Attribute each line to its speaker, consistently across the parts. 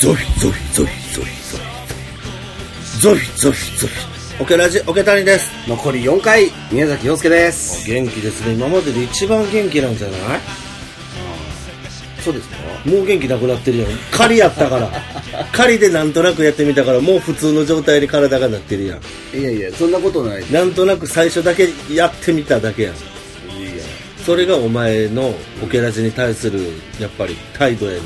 Speaker 1: ゾフゾフゾフゾフゾフゾフゾフゾフオケラジオケタニです
Speaker 2: 残り4回宮崎洋介です
Speaker 1: 元気ですね今までで一番元気なんじゃない
Speaker 2: そうですか
Speaker 1: もう元気なくなってるやん狩りやったから 狩りでなんとなくやってみたからもう普通の状態で体がなってるやん
Speaker 2: いやいやそんなことないい
Speaker 1: なんとなく最初だけやってみただけやん
Speaker 2: や
Speaker 1: それがお前のオケラジに対するやっぱり態度やね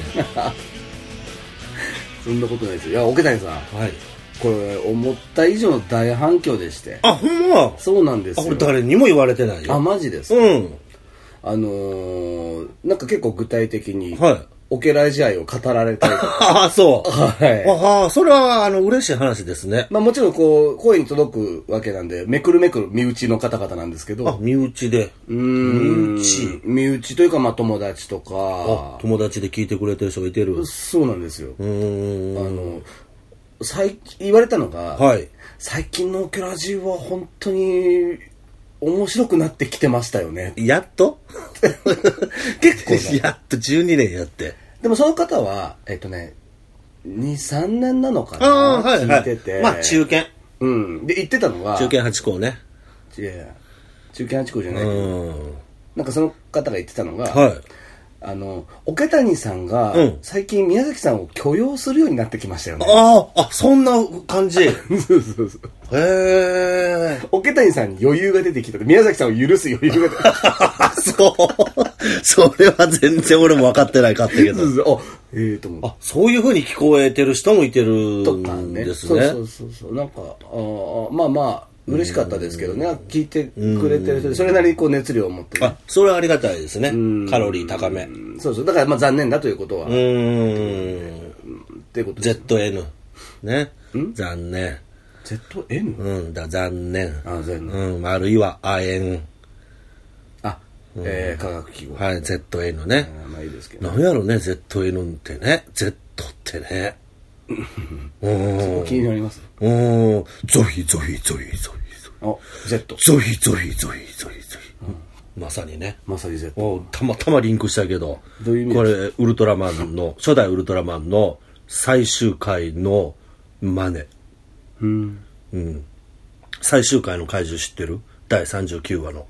Speaker 2: そんなことないですよいや桶谷さん
Speaker 1: んはい
Speaker 2: これ思った以上の大反響でして
Speaker 1: あほんまあ
Speaker 2: そうなんです
Speaker 1: これ
Speaker 2: よ
Speaker 1: 誰にも言われてないよ
Speaker 2: あマジです
Speaker 1: うん
Speaker 2: あのー、なんか結構具体的に
Speaker 1: はい
Speaker 2: オケラ試合を語られたりとか
Speaker 1: ああそう
Speaker 2: はい
Speaker 1: ああそれはあの嬉しい話ですね
Speaker 2: まあもちろんこう声に届くわけなんでめくるめくる身内の方々なんですけ
Speaker 1: あ
Speaker 2: ど
Speaker 1: 身内で
Speaker 2: うーん
Speaker 1: 身内
Speaker 2: 身内というかまあ友達と
Speaker 1: あ
Speaker 2: か
Speaker 1: 友達で聞いてくれてる人がいてるう
Speaker 2: そうなんですよ
Speaker 1: ーん
Speaker 2: あの、最近、言われたのが、
Speaker 1: はい
Speaker 2: 最近のオケラジは本当に面白くなってきてましたよね。
Speaker 1: やっ と
Speaker 2: 結構ね。
Speaker 1: やっと12年やって
Speaker 2: でもその方は、えっとね、2、3年なのかな
Speaker 1: ああはいは
Speaker 2: 聞いてて。
Speaker 1: いまあ中堅
Speaker 2: うん。で、言ってたのは、
Speaker 1: 中堅八校ね
Speaker 2: いやいや中堅八高じゃな
Speaker 1: う
Speaker 2: い、
Speaker 1: ん
Speaker 2: なんかその方が言ってたのが、
Speaker 1: は
Speaker 2: あの、桶谷さんが、
Speaker 1: うん
Speaker 2: 最近宮崎さんを許容するようになってきましたよ
Speaker 1: い
Speaker 2: ね。
Speaker 1: あああそんな感じへ
Speaker 2: そうそうそう。
Speaker 1: え
Speaker 2: 桶谷さんに余裕が出てきた。宮崎さんを許す余裕が出てきた。
Speaker 1: そう それは全然俺も分かってないかったけど
Speaker 2: そうそうあ、ええと思って。
Speaker 1: あそういうふうに聞こえてる人もいてる
Speaker 2: とかね。
Speaker 1: んですね
Speaker 2: そうそうそうそう。なんか、あーまあまあ、嬉しかったですけどね。聞いてくれてる人で、それなりにこう熱量を持ってね
Speaker 1: あそれはありがたいですねカロリー高めう
Speaker 2: うんそうそう。だからまあ残念だということは、っ
Speaker 1: ーん
Speaker 2: ていうことです。
Speaker 1: ZN ね残念
Speaker 2: ZN?
Speaker 1: うんだ残念
Speaker 2: あ、残念。
Speaker 1: うんあるいは亜鉛
Speaker 2: あ、えー、科学記号。
Speaker 1: はい ZN ね
Speaker 2: あーまあいいですけど。
Speaker 1: なんやろね ZN ってね Z ってねうーん
Speaker 2: 気になります。
Speaker 1: うーんゾヒゾヒゾヒゾヒ
Speaker 2: あ、Z。
Speaker 1: ゾヒゾヒゾヒゾヒゾヒゾヒまさにね
Speaker 2: まさに Z。
Speaker 1: おたまたまリンクしたけど
Speaker 2: どういう意味
Speaker 1: これウルトラマンの初代ウルトラマンの最終回のマネ
Speaker 2: うん。
Speaker 1: 最終回の怪獣知ってる第39話の、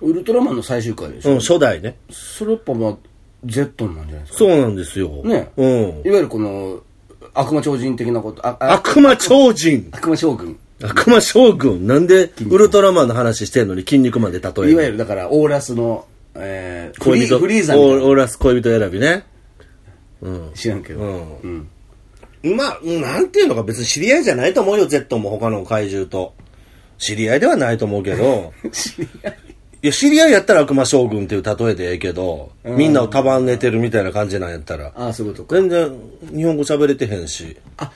Speaker 2: ウルトラマンの最終回でし
Speaker 1: う
Speaker 2: ょ。
Speaker 1: ん、初代ね
Speaker 2: それやっぱまあ、Z なんじゃないですか。
Speaker 1: そうなんですよ
Speaker 2: ね
Speaker 1: うん
Speaker 2: いわゆるこの、悪魔超人的なこと、あ、あ
Speaker 1: 悪魔超人
Speaker 2: 悪魔将軍。
Speaker 1: 悪魔将軍なんでウルトラマンの話してんのに筋肉マンで例える
Speaker 2: いわゆるだから、オーラスの、えー、フ
Speaker 1: 恋
Speaker 2: リー
Speaker 1: 人
Speaker 2: フリーザ
Speaker 1: オ
Speaker 2: みたい
Speaker 1: ーオーラス恋人選びね
Speaker 2: な知らんけど。
Speaker 1: うん
Speaker 2: うん。
Speaker 1: まあ、なんていうのか別に知り合いじゃないと思うよ、Z も他の怪獣と。知り合いではないと思うけ ど。
Speaker 2: 知り合い
Speaker 1: いや、知り合いやったら悪魔将軍っていう例えでええけど、みんなを束ねてるみたいな感じなんやったら。
Speaker 2: ああ、そういうことか。
Speaker 1: 全然、日本語喋れてへんし。
Speaker 2: あ、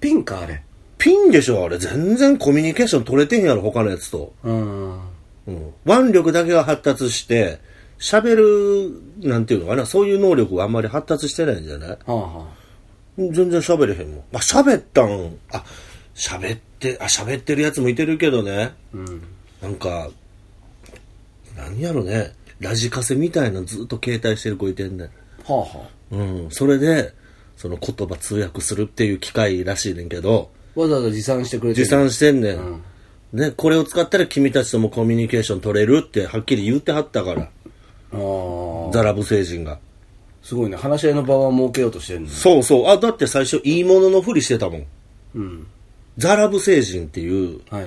Speaker 2: ピンか、あれ。
Speaker 1: ピンでしょ、あれ。全然コミュニケーション取れてへんやろ、他のやつと。
Speaker 2: うん。
Speaker 1: うん。腕力だけは発達して、喋る、なんていうのかな、そういう能力があんまり発達してないんじゃない
Speaker 2: はあは
Speaker 1: 全然喋れへんもん。まあ、喋ったん、あ、喋って、あ、喋ってるやつもいてるけどね。
Speaker 2: あ。うん。
Speaker 1: なんか、何やろね。ラジカセみたいなのずっと携帯してる子いてんねん。
Speaker 2: はあは
Speaker 1: うん。それで、その言葉通訳するっていう機会らしいねんけど、
Speaker 2: あ。わざわざ持参してくれて
Speaker 1: 持
Speaker 2: る。
Speaker 1: 参してんねん。ね、これを使ったら君たちともコミュニケーション取れるってはっきり言ってはったから、
Speaker 2: ああ。
Speaker 1: ザラブ星人が。
Speaker 2: すごいね。話し合いの場は設けようとしてるんだ。
Speaker 1: そうそう。あ、だって最初いいもののふりしてたもん。
Speaker 2: うん。
Speaker 1: ザラブ星人っていう
Speaker 2: はい。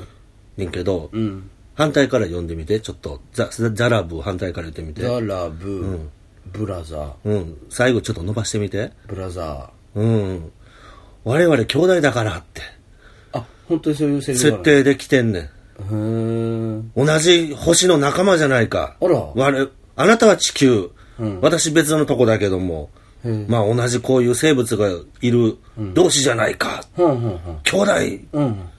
Speaker 1: ねんけど、
Speaker 2: うん。
Speaker 1: 反対から読んでみて、ちょっと、ザ、ザラブを反対から言ってみて。
Speaker 2: ザラブ、ブラザ
Speaker 1: うん。最後ちょっと伸ばしてみて。
Speaker 2: ー、ブラザ
Speaker 1: うん。我々兄弟だからって、
Speaker 2: ー。あ、本当にそういうセリフが
Speaker 1: 設
Speaker 2: ある。
Speaker 1: 定できてんねん。
Speaker 2: へー
Speaker 1: 同じ星の仲間じゃないか。
Speaker 2: あら
Speaker 1: 我あなたは地球。私別のとこだけども。まあ同じこういう生物がいる同士じゃないか。
Speaker 2: ふんふんふん。
Speaker 1: 兄弟。
Speaker 2: うん。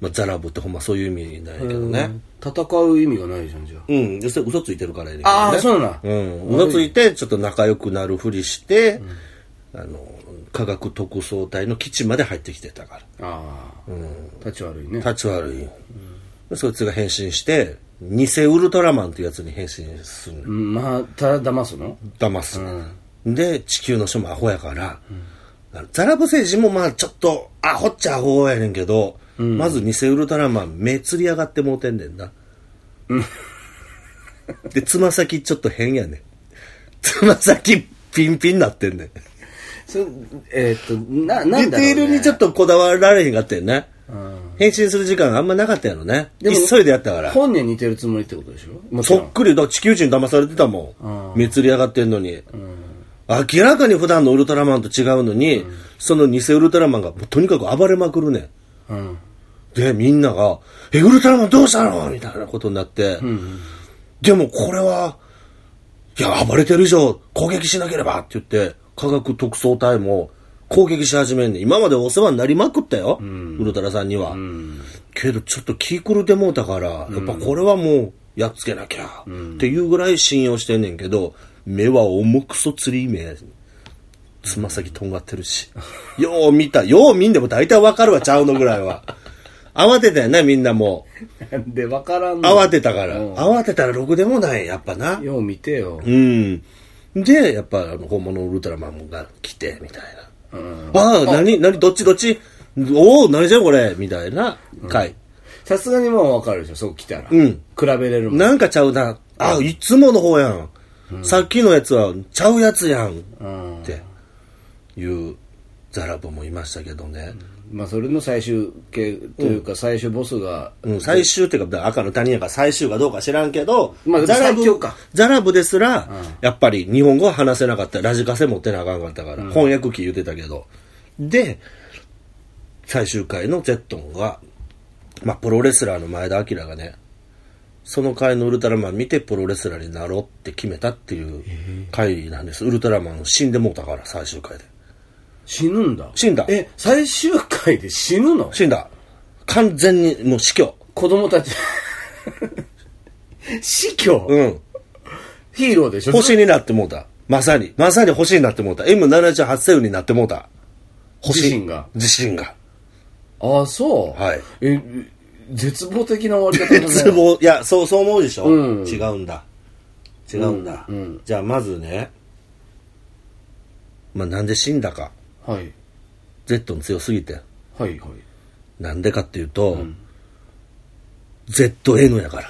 Speaker 1: まあザラブってほんまそういう意味なんやけどね。
Speaker 2: 戦う意味がないじゃん、じゃあ。
Speaker 1: うん。で、それ嘘ついてるからやねんけどね
Speaker 2: ああ、そうなんだ。
Speaker 1: うん、嘘ついて、ちょっと仲良くなるふりして、あの、科学特捜隊の基地まで入ってきてたから。
Speaker 2: ああ、立ち悪いね。
Speaker 1: 立ち悪いよ。でそいつが変身して、偽ウルトラマンっていうやつに変身するの。
Speaker 2: うんまあ、ただ騙すの
Speaker 1: 騙す、で、地球の人もアホやから、ザラブ星人もまあちょっと、あ、ほっちゃアホやねんけど、まず偽ウルトラマン目つり上がってもうてんねんな。で、つま先ちょっと変やねん。つま先ピンピンなってんねん。
Speaker 2: それえーっとなな
Speaker 1: ディ
Speaker 2: んだろう、ね、
Speaker 1: テールにちょっとこだわられへんかったよね。変身する時間があんまなかったやろね。
Speaker 2: でも
Speaker 1: 急いでやったから。
Speaker 2: 本人似てるつもりってことでしょもち
Speaker 1: そ
Speaker 2: ろ
Speaker 1: っ
Speaker 2: ん
Speaker 1: くり、だから地球人騙されてたもん。めつり上がってんのに。明らかに普段のウルトラマンと違うのに、その偽ウルトラマンがもうとにかく暴れまくるねん。
Speaker 2: うん
Speaker 1: で、みんなが、え、ウルトラマンどうしたのみたいなことになって、でもこれは、いや、暴れてる以上、攻撃しなければって言って、科学特捜隊も攻撃し始めんねん今までお世話になりまくったよ、ウルトラさんには。けど、ちょっと気狂ってもうたから、やっぱこれはもう、やっつけなきゃ、っていうぐらい信用してんねんけど、目は重くそ釣り目やしつま先とんがってる し。よう見た。よう見んでも大体わかるわ、ちゃうのぐらいは。慌てたよね、みんなも
Speaker 2: なんで分からん
Speaker 1: う。
Speaker 2: の
Speaker 1: 慌てたから。
Speaker 2: うん
Speaker 1: 慌てたらろくでもない、やっぱな。
Speaker 2: よう見てよ
Speaker 1: うん。で、やっぱ、あの、本物のウルトラマンが来て、みたいな。
Speaker 2: ん
Speaker 1: ああ、何、何、どっちどっちおお、何じゃこれみたいな回。
Speaker 2: さすがにもう分かるでしょそう来たら、
Speaker 1: うん
Speaker 2: 比べれるもん
Speaker 1: なんかちゃうな。あ、いつもの方やん。さっきのやつは、ちゃうやつやん。
Speaker 2: うん
Speaker 1: っていうザラブもいましたけどね。
Speaker 2: まあそれの最終形というか最終ボスが、
Speaker 1: うん、最終っていうか、赤の他人やから最終かどうか知らんけど、
Speaker 2: まあでも
Speaker 1: ザラブ
Speaker 2: 最強か
Speaker 1: ザラブですら、やっぱり日本語は話せなかった、ラジカセ持ってなあかんかったから、翻訳機言うてたけど。で、最終回のゼットンが、まあ、プロレスラーの前田明がね、その回のウルトラマン見てプロレスラーになろうって決めたっていう回なんです。ウルトラマン死んでもうたから、最終回で。
Speaker 2: 死ぬんだ
Speaker 1: 死んだ
Speaker 2: え最終回で死ぬの
Speaker 1: 死んだ。完全にもう死去。
Speaker 2: 子供たち死去、
Speaker 1: うん。
Speaker 2: ヒーローでしょ
Speaker 1: 星になってもうた。まさに。まさに星になってもうた。M78 セウになってもうた。星。
Speaker 2: 自身が。
Speaker 1: 自身が。
Speaker 2: ああそう、
Speaker 1: はい
Speaker 2: え絶望的な終わり方だね
Speaker 1: 絶望。いや、そう、そう思うでしょ、
Speaker 2: うん
Speaker 1: 違うんだ。違うんだ。
Speaker 2: うんうん
Speaker 1: じゃあ、まずね。まあ、なんで死んだか。
Speaker 2: はい
Speaker 1: ゼットン強すぎて。
Speaker 2: はいはい
Speaker 1: なんでかっていうと、ZN やから。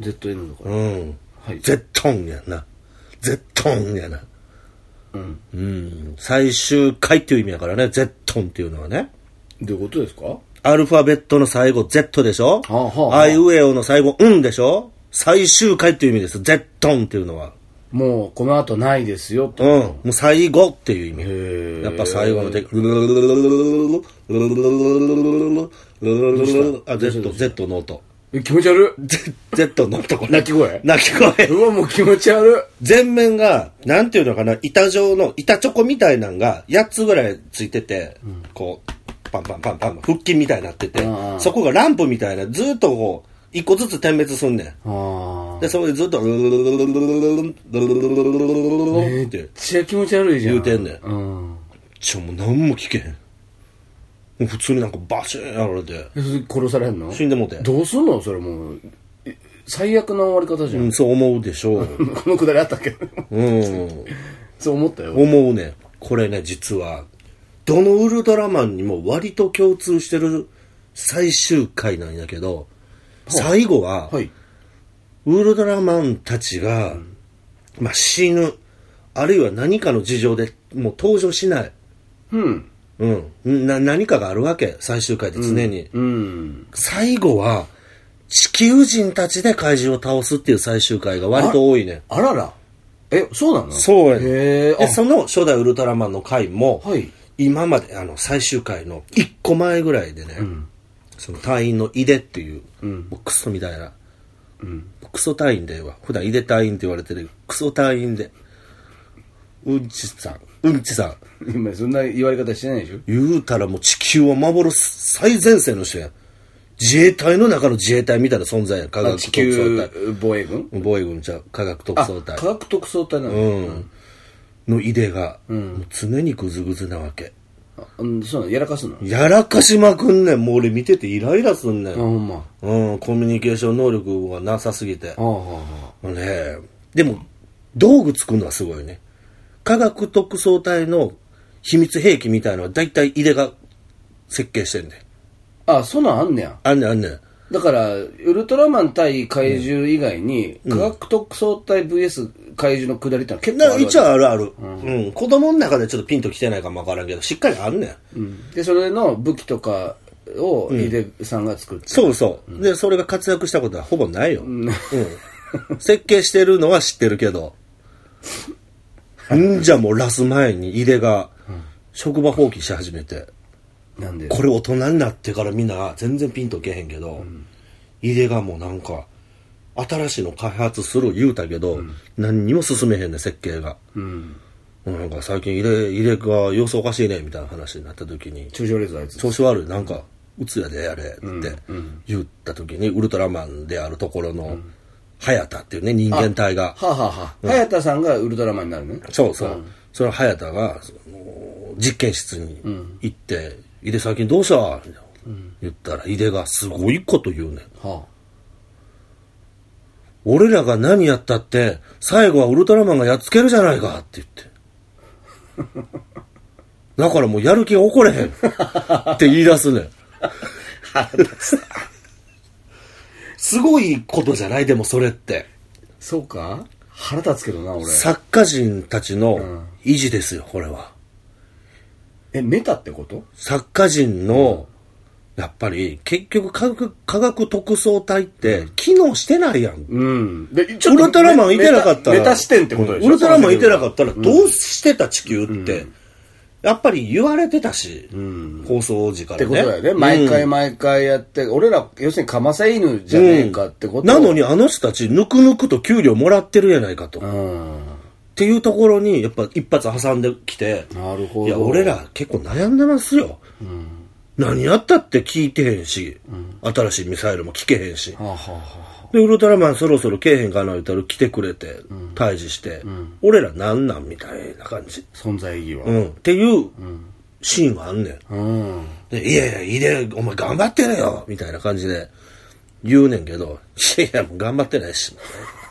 Speaker 2: ZN だから、
Speaker 1: うん。
Speaker 2: はい
Speaker 1: ゼットンやな。ゼットンやな。
Speaker 2: うん
Speaker 1: うん。最終回っていう意味やからね。ゼットンっていうのはね。
Speaker 2: どういうことですか
Speaker 1: アルファベットの最後 Z でしょ
Speaker 2: あはあはあ
Speaker 1: あいうえおの最後うんでしょ最終回っていう意味です。ゼットンっていうのは。
Speaker 2: もうこの後ないですよ
Speaker 1: うん。もう最後っていう意味。
Speaker 2: え
Speaker 1: やっぱ最後ので、あ、Z、Z の音。
Speaker 2: え気持ち悪い
Speaker 1: Z の音、これ。
Speaker 2: 泣き声
Speaker 1: 泣き声。
Speaker 2: うわもう気持ち悪い
Speaker 1: 全面が、なんていうのかな、板状の、板チョコみたいなんが、8つぐらいついてて、こう、パンパンパンパン、腹筋みたいになってて
Speaker 2: うんう、ん
Speaker 1: そこがランプみたいな、ずっとこう、一個ずつ点滅すんねん。
Speaker 2: あ
Speaker 1: で、そこでずっと、ルルルルルルルルルルルルルっ、
Speaker 2: めってちゃ気持ち悪いじゃん
Speaker 1: 言うてんねん
Speaker 2: うん
Speaker 1: ちょ、もう何も聞けへん。もう普通になんかバシーンやられて、
Speaker 2: えそれ殺されんの
Speaker 1: 死んでもうて。
Speaker 2: どうすんのそれもうえ最悪な終わり方じゃん、
Speaker 1: うん、そう思うでしょう。
Speaker 2: このくだりあったっ けど
Speaker 1: うん。
Speaker 2: そう思ったよ
Speaker 1: 思うねこれね実はどのウルトラマンにも割と共通してる最終回なんやけど最後は
Speaker 2: はい
Speaker 1: ウルトラマンたちが、まあ、死ぬあるいは何かの事情でもう登場しない、
Speaker 2: うん
Speaker 1: うん、な何かがあるわけ最終回で常に、
Speaker 2: うん
Speaker 1: 最後は地球人たちで怪獣を倒すっていう最終回が割と多いね
Speaker 2: あららえそうなの
Speaker 1: そうやね
Speaker 2: へえ
Speaker 1: でその初代ウルトラマンの回も、
Speaker 2: はい
Speaker 1: 今まであの最終回の1個前ぐらいでね、その隊員の井出っていう,、もうクソみたいな、クソ隊員では普段井出隊員って言われてるクソ隊員でうんちさんうんちさん
Speaker 2: 今そんな言われ方してないでしょ
Speaker 1: 言うたらもう地球を守る最前線の人やん自衛隊の中の自衛隊みたいな存在やん科
Speaker 2: あ
Speaker 1: 学
Speaker 2: 地
Speaker 1: 特捜隊
Speaker 2: 球防衛軍
Speaker 1: 防衛軍じゃう科学特
Speaker 2: あ
Speaker 1: 捜隊
Speaker 2: 科学特捜隊なの
Speaker 1: うん、の井出が、もう常にグズグズなわけ
Speaker 2: あうんそうなのやらかすの
Speaker 1: やらかしまくんねんもう俺見ててイライラすんね
Speaker 2: あほ
Speaker 1: ん、
Speaker 2: んま
Speaker 1: うん、コミュニケーション能力がなさすぎて
Speaker 2: ああああああ
Speaker 1: ねでも道具作るのはすごいね科学特捜隊の秘密兵器みたいのは大体井出が設計してんねん。
Speaker 2: あそんなんあんねや
Speaker 1: あんねんあんねん。
Speaker 2: だからウルトラマン対怪獣以外に、科学特捜隊 VS 怪獣のくだりってのは結構ある
Speaker 1: な
Speaker 2: わけ
Speaker 1: 一応あるある、うん。子供の中でちょっとピンときてないかもわからんけど、しっかりあんねん。
Speaker 2: でそれの武器とかを井出さんが作って、
Speaker 1: そうそう、で、それが活躍したことはほぼないよ。うん。設計してるのは知ってるけど。んじゃもうラス前に井出が職場放棄し始めて。
Speaker 2: なんで
Speaker 1: これ大人になってからみんな全然ピンとけへんけど、井出がもうなんか、新しいの開発する言うたけど、何にも進めへんねん設計が。
Speaker 2: うん
Speaker 1: もうなんか最近井出、井出が様子おかしいね、みたいな話になった時に、
Speaker 2: 中小レーザーあいつ
Speaker 1: 調子悪い、なんか、うつやで、あれ、って言った時に、ウルトラマンであるところの、早田っていうね、人間体が。
Speaker 2: はあ、はあはあ早田さんがウルトラマンになるね
Speaker 1: そうそう。それは早田が、その実験室に行って、井出最近どうしたみたいな言ったら、井出がすごいこと言うねん。
Speaker 2: は
Speaker 1: 俺らが何やったって、最後はウルトラマンがやっつけるじゃないかって言って。だからもうやる気が起これへん。って言い出すねん。すごいことじゃないでもそれって。
Speaker 2: あそうか腹立つけどな俺
Speaker 1: 作家人たちの意地ですよ、これは。
Speaker 2: えメタってこと
Speaker 1: 作家人の、やっぱり、結局科学、科学特捜隊って、機能してないやん。
Speaker 2: うんでちょ
Speaker 1: ウ
Speaker 2: っと
Speaker 1: ルトラマンいてなかったら。
Speaker 2: メタメタ視点ってことでしょ
Speaker 1: ウルトラマンいてなかったら、どうしてた地球って、やっぱり言われてたし、放送時か
Speaker 2: って
Speaker 1: ら
Speaker 2: こ
Speaker 1: ね。
Speaker 2: とだよね。毎回毎回やって、俺ら、要するにかませ犬じゃねえかってこと、
Speaker 1: なのに、あの人たち、ぬくぬくと給料もらってるやないかと。
Speaker 2: う
Speaker 1: っ
Speaker 2: ん。
Speaker 1: ていうところに、やっぱ一発挟んできて、
Speaker 2: なるほど
Speaker 1: いや、俺ら結構悩んでますよ。何やったって聞いてへんし、新しいミサイルも聞けへんし。
Speaker 2: はあ、はあは
Speaker 1: で、ウルトラマンそろそろけえへんかな言ったら来てくれて、退治して、俺らなんなんみたいな感じ。
Speaker 2: あ、存在意義
Speaker 1: う
Speaker 2: は。
Speaker 1: ん。っていうシーンがあんねん。
Speaker 2: うん。
Speaker 1: でいやいや、いいで、お前頑張ってねよみたいな感じで言うねんけど、いやいや、もう頑張ってないし。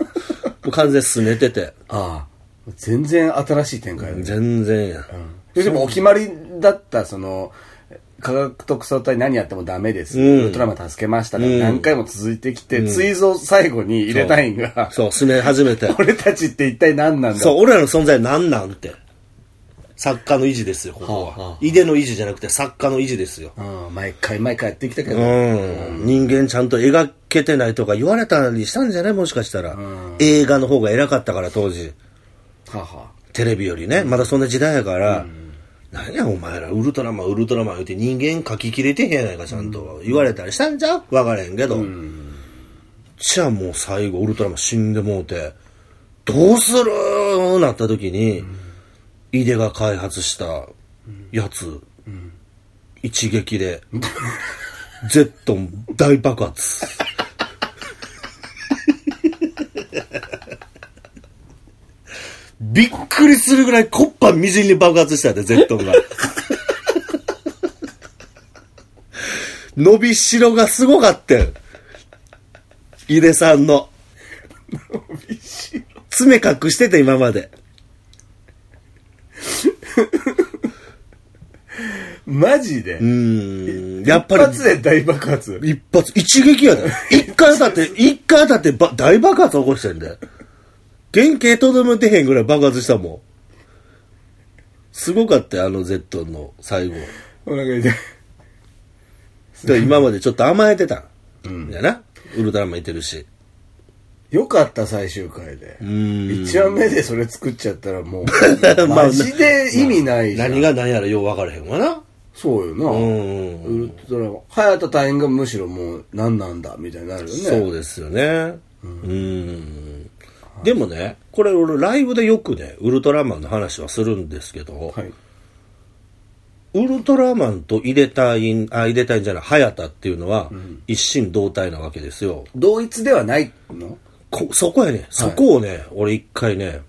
Speaker 1: もう完全に拗ねてて。
Speaker 2: ああ、全然新しい展開だね。
Speaker 1: 全然やん。
Speaker 2: 要するにお決まりだった、その、科学特捜隊何やってもダメです。
Speaker 1: うん
Speaker 2: ウルトラマン助けましたから何回も続いてきて、ついぞ最後に入れたいんが、
Speaker 1: そう、拗ね始 めて。
Speaker 2: 俺たちって一体何なんだ
Speaker 1: そう、俺らの存在なんなんって。作家の維持ですよ、ここ
Speaker 2: はあはあ
Speaker 1: は。井出の維持じゃなくて作家の維持ですよ。
Speaker 2: うん、毎回毎回やってきたけど、
Speaker 1: うん、人間ちゃんと描けてないとか言われたりしたんじゃないもしかしたら、映画の方が偉かったから当時
Speaker 2: はは
Speaker 1: テレビよりねまだそんな時代やから、なんやお前らウルトラマンウルトラマン言うて人間書ききれてへんやないかちゃんと言われたりしたんじゃう分からへんけど、じゃあもう最後ウルトラマン死んでもうてどうするなった時に、井出が開発したやつ、一撃 でゼットン大爆発びっくりするぐらいコッパみじんに爆発したでゼットンが伸びしろがすごかってん井出さんの爪隠してて今まで
Speaker 2: マジで、
Speaker 1: うーんやっぱ
Speaker 2: 一
Speaker 1: り
Speaker 2: 発で大爆発。
Speaker 1: 一発、一撃やで。一回だって、一回だってば大爆発起こしてんで。原型とどめてへんぐらい爆発したもん。すごかったよ、あの Z の最後。
Speaker 2: お腹痛い。
Speaker 1: だから今までちょっと甘えてたん。やな。ウルトラマンいてるし。
Speaker 2: よかった、最終回で。
Speaker 1: ん
Speaker 2: 一話目でそれ作っちゃったらもう、
Speaker 1: まあ
Speaker 2: マジで意味ないじゃん。
Speaker 1: 何が何やらよう分からへんわな。
Speaker 2: そうよな。
Speaker 1: うん
Speaker 2: ウルトラマン。早田隊員がむしろもう何なんだみたいになるよね。
Speaker 1: そうですよね。うん。でもね、これ俺ライブでよくね、ウルトラマンの話はするんですけど、
Speaker 2: はい。
Speaker 1: ウルトラマンと入れたいん、あ、入れたいんじゃない、早田っていうのは、一心同体なわけですよ。
Speaker 2: 同一ではないの
Speaker 1: こ、そこやね、そこをね、俺一回ね、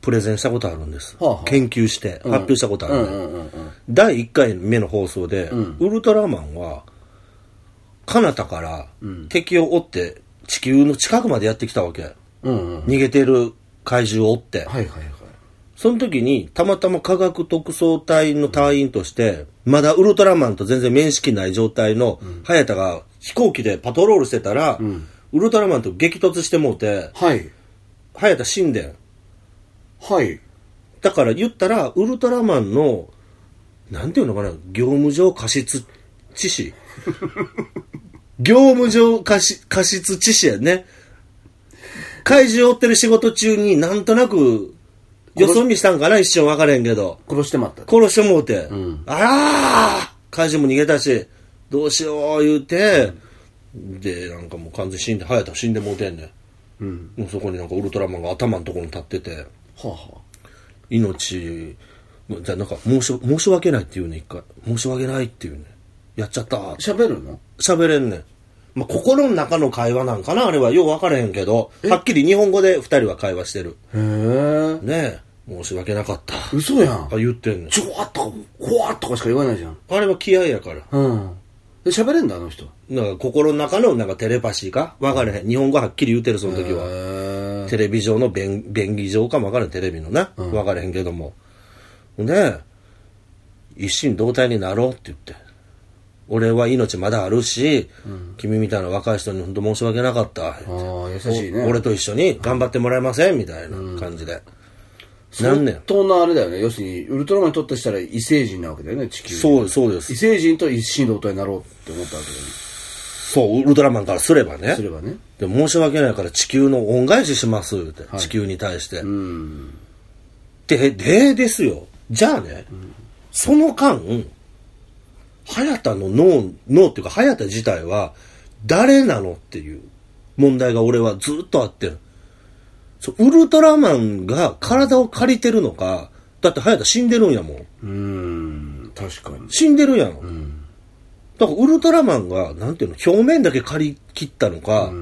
Speaker 1: プレゼンしたことあるんです。
Speaker 2: はあはあ
Speaker 1: 研究して、発表したことあるね。
Speaker 2: うんうんうん。
Speaker 1: 第1回目の放送で、ウルトラマンは、彼方から敵を追って、地球の近くまでやってきたわけ。
Speaker 2: うんうん。
Speaker 1: 逃げてる怪獣を追って。
Speaker 2: はいはいはい。
Speaker 1: その時に、たまたま科学特捜隊の隊員として、まだウルトラマンと全然面識ない状態の、早田が飛行機でパトロールしてたら、ウルトラマンと激突してもうて、
Speaker 2: はい。
Speaker 1: 早田死んでん。
Speaker 2: はい。
Speaker 1: だから言ったら、ウルトラマンの、なんていうのかな、業務上過失致死業務上過失過失致死やね。怪獣追ってる仕事中になんとなく、よそ見したんかな一瞬分からへんけど。
Speaker 2: 殺してまった。
Speaker 1: 殺してもうて、あらー怪獣も逃げたし、どうしよう言うて、で、なんかもう完全に死んで、早田死んでもうてんね
Speaker 2: うん。
Speaker 1: ん。もうそこになんかウルトラマンが頭のところに立ってて。
Speaker 2: はあ、は
Speaker 1: 命じゃあなんか申し申し訳ないって言うね一回申し訳ないって言うねやっちゃった
Speaker 2: あ。喋るの
Speaker 1: 喋れんねん、まあ、心の中の会話なんかなあれはよう分からへんけどはっきり日本語で二人は会話してる
Speaker 2: へえ。
Speaker 1: ねえ申し訳なかった
Speaker 2: 嘘やん
Speaker 1: あ。言ってんねん
Speaker 2: ちょわっとか、こわっとかしか言わないじゃん。
Speaker 1: あれは気合やから
Speaker 2: うん。で、喋れんだ、あの人。へ
Speaker 1: なんか心の中のなんかテレパシーか分からへん日本語はっきり言うてるその時は
Speaker 2: え。
Speaker 1: テレビ上の便便宜上かも分からんテレビのな、分からへんけどもねえ一心同体になろうって言って俺は命まだあるし、君みたいな若い人に本当申し訳なかった
Speaker 2: ああ、優しいね。
Speaker 1: お俺と一緒に頑張ってもらえませんみたいな感じで、なんねん
Speaker 2: 相当なあれだよね。要するに、ウルトラマンにとってしたら異星人なわけだよね、地球。
Speaker 1: そうですそうで
Speaker 2: 異
Speaker 1: す
Speaker 2: 星人と一心同体になろうって思ったわけだよね。
Speaker 1: そうウルトラマンからすればね
Speaker 2: すればね。
Speaker 1: でも申し訳ないから地球の恩返しします言うて、地球に対して、
Speaker 2: うん。
Speaker 1: で、でですよ。じゃあね、その間、早田の脳、脳っていうか早田自体は誰なのっていう問題が俺はずっとあってんそうウルトラマンが体を借りてるのか、だって早田死んでるんやもん。
Speaker 2: うん。確かに。
Speaker 1: 死んでるやん。だからウルトラマンが、なんていうの、表面だけ借り切ったのか、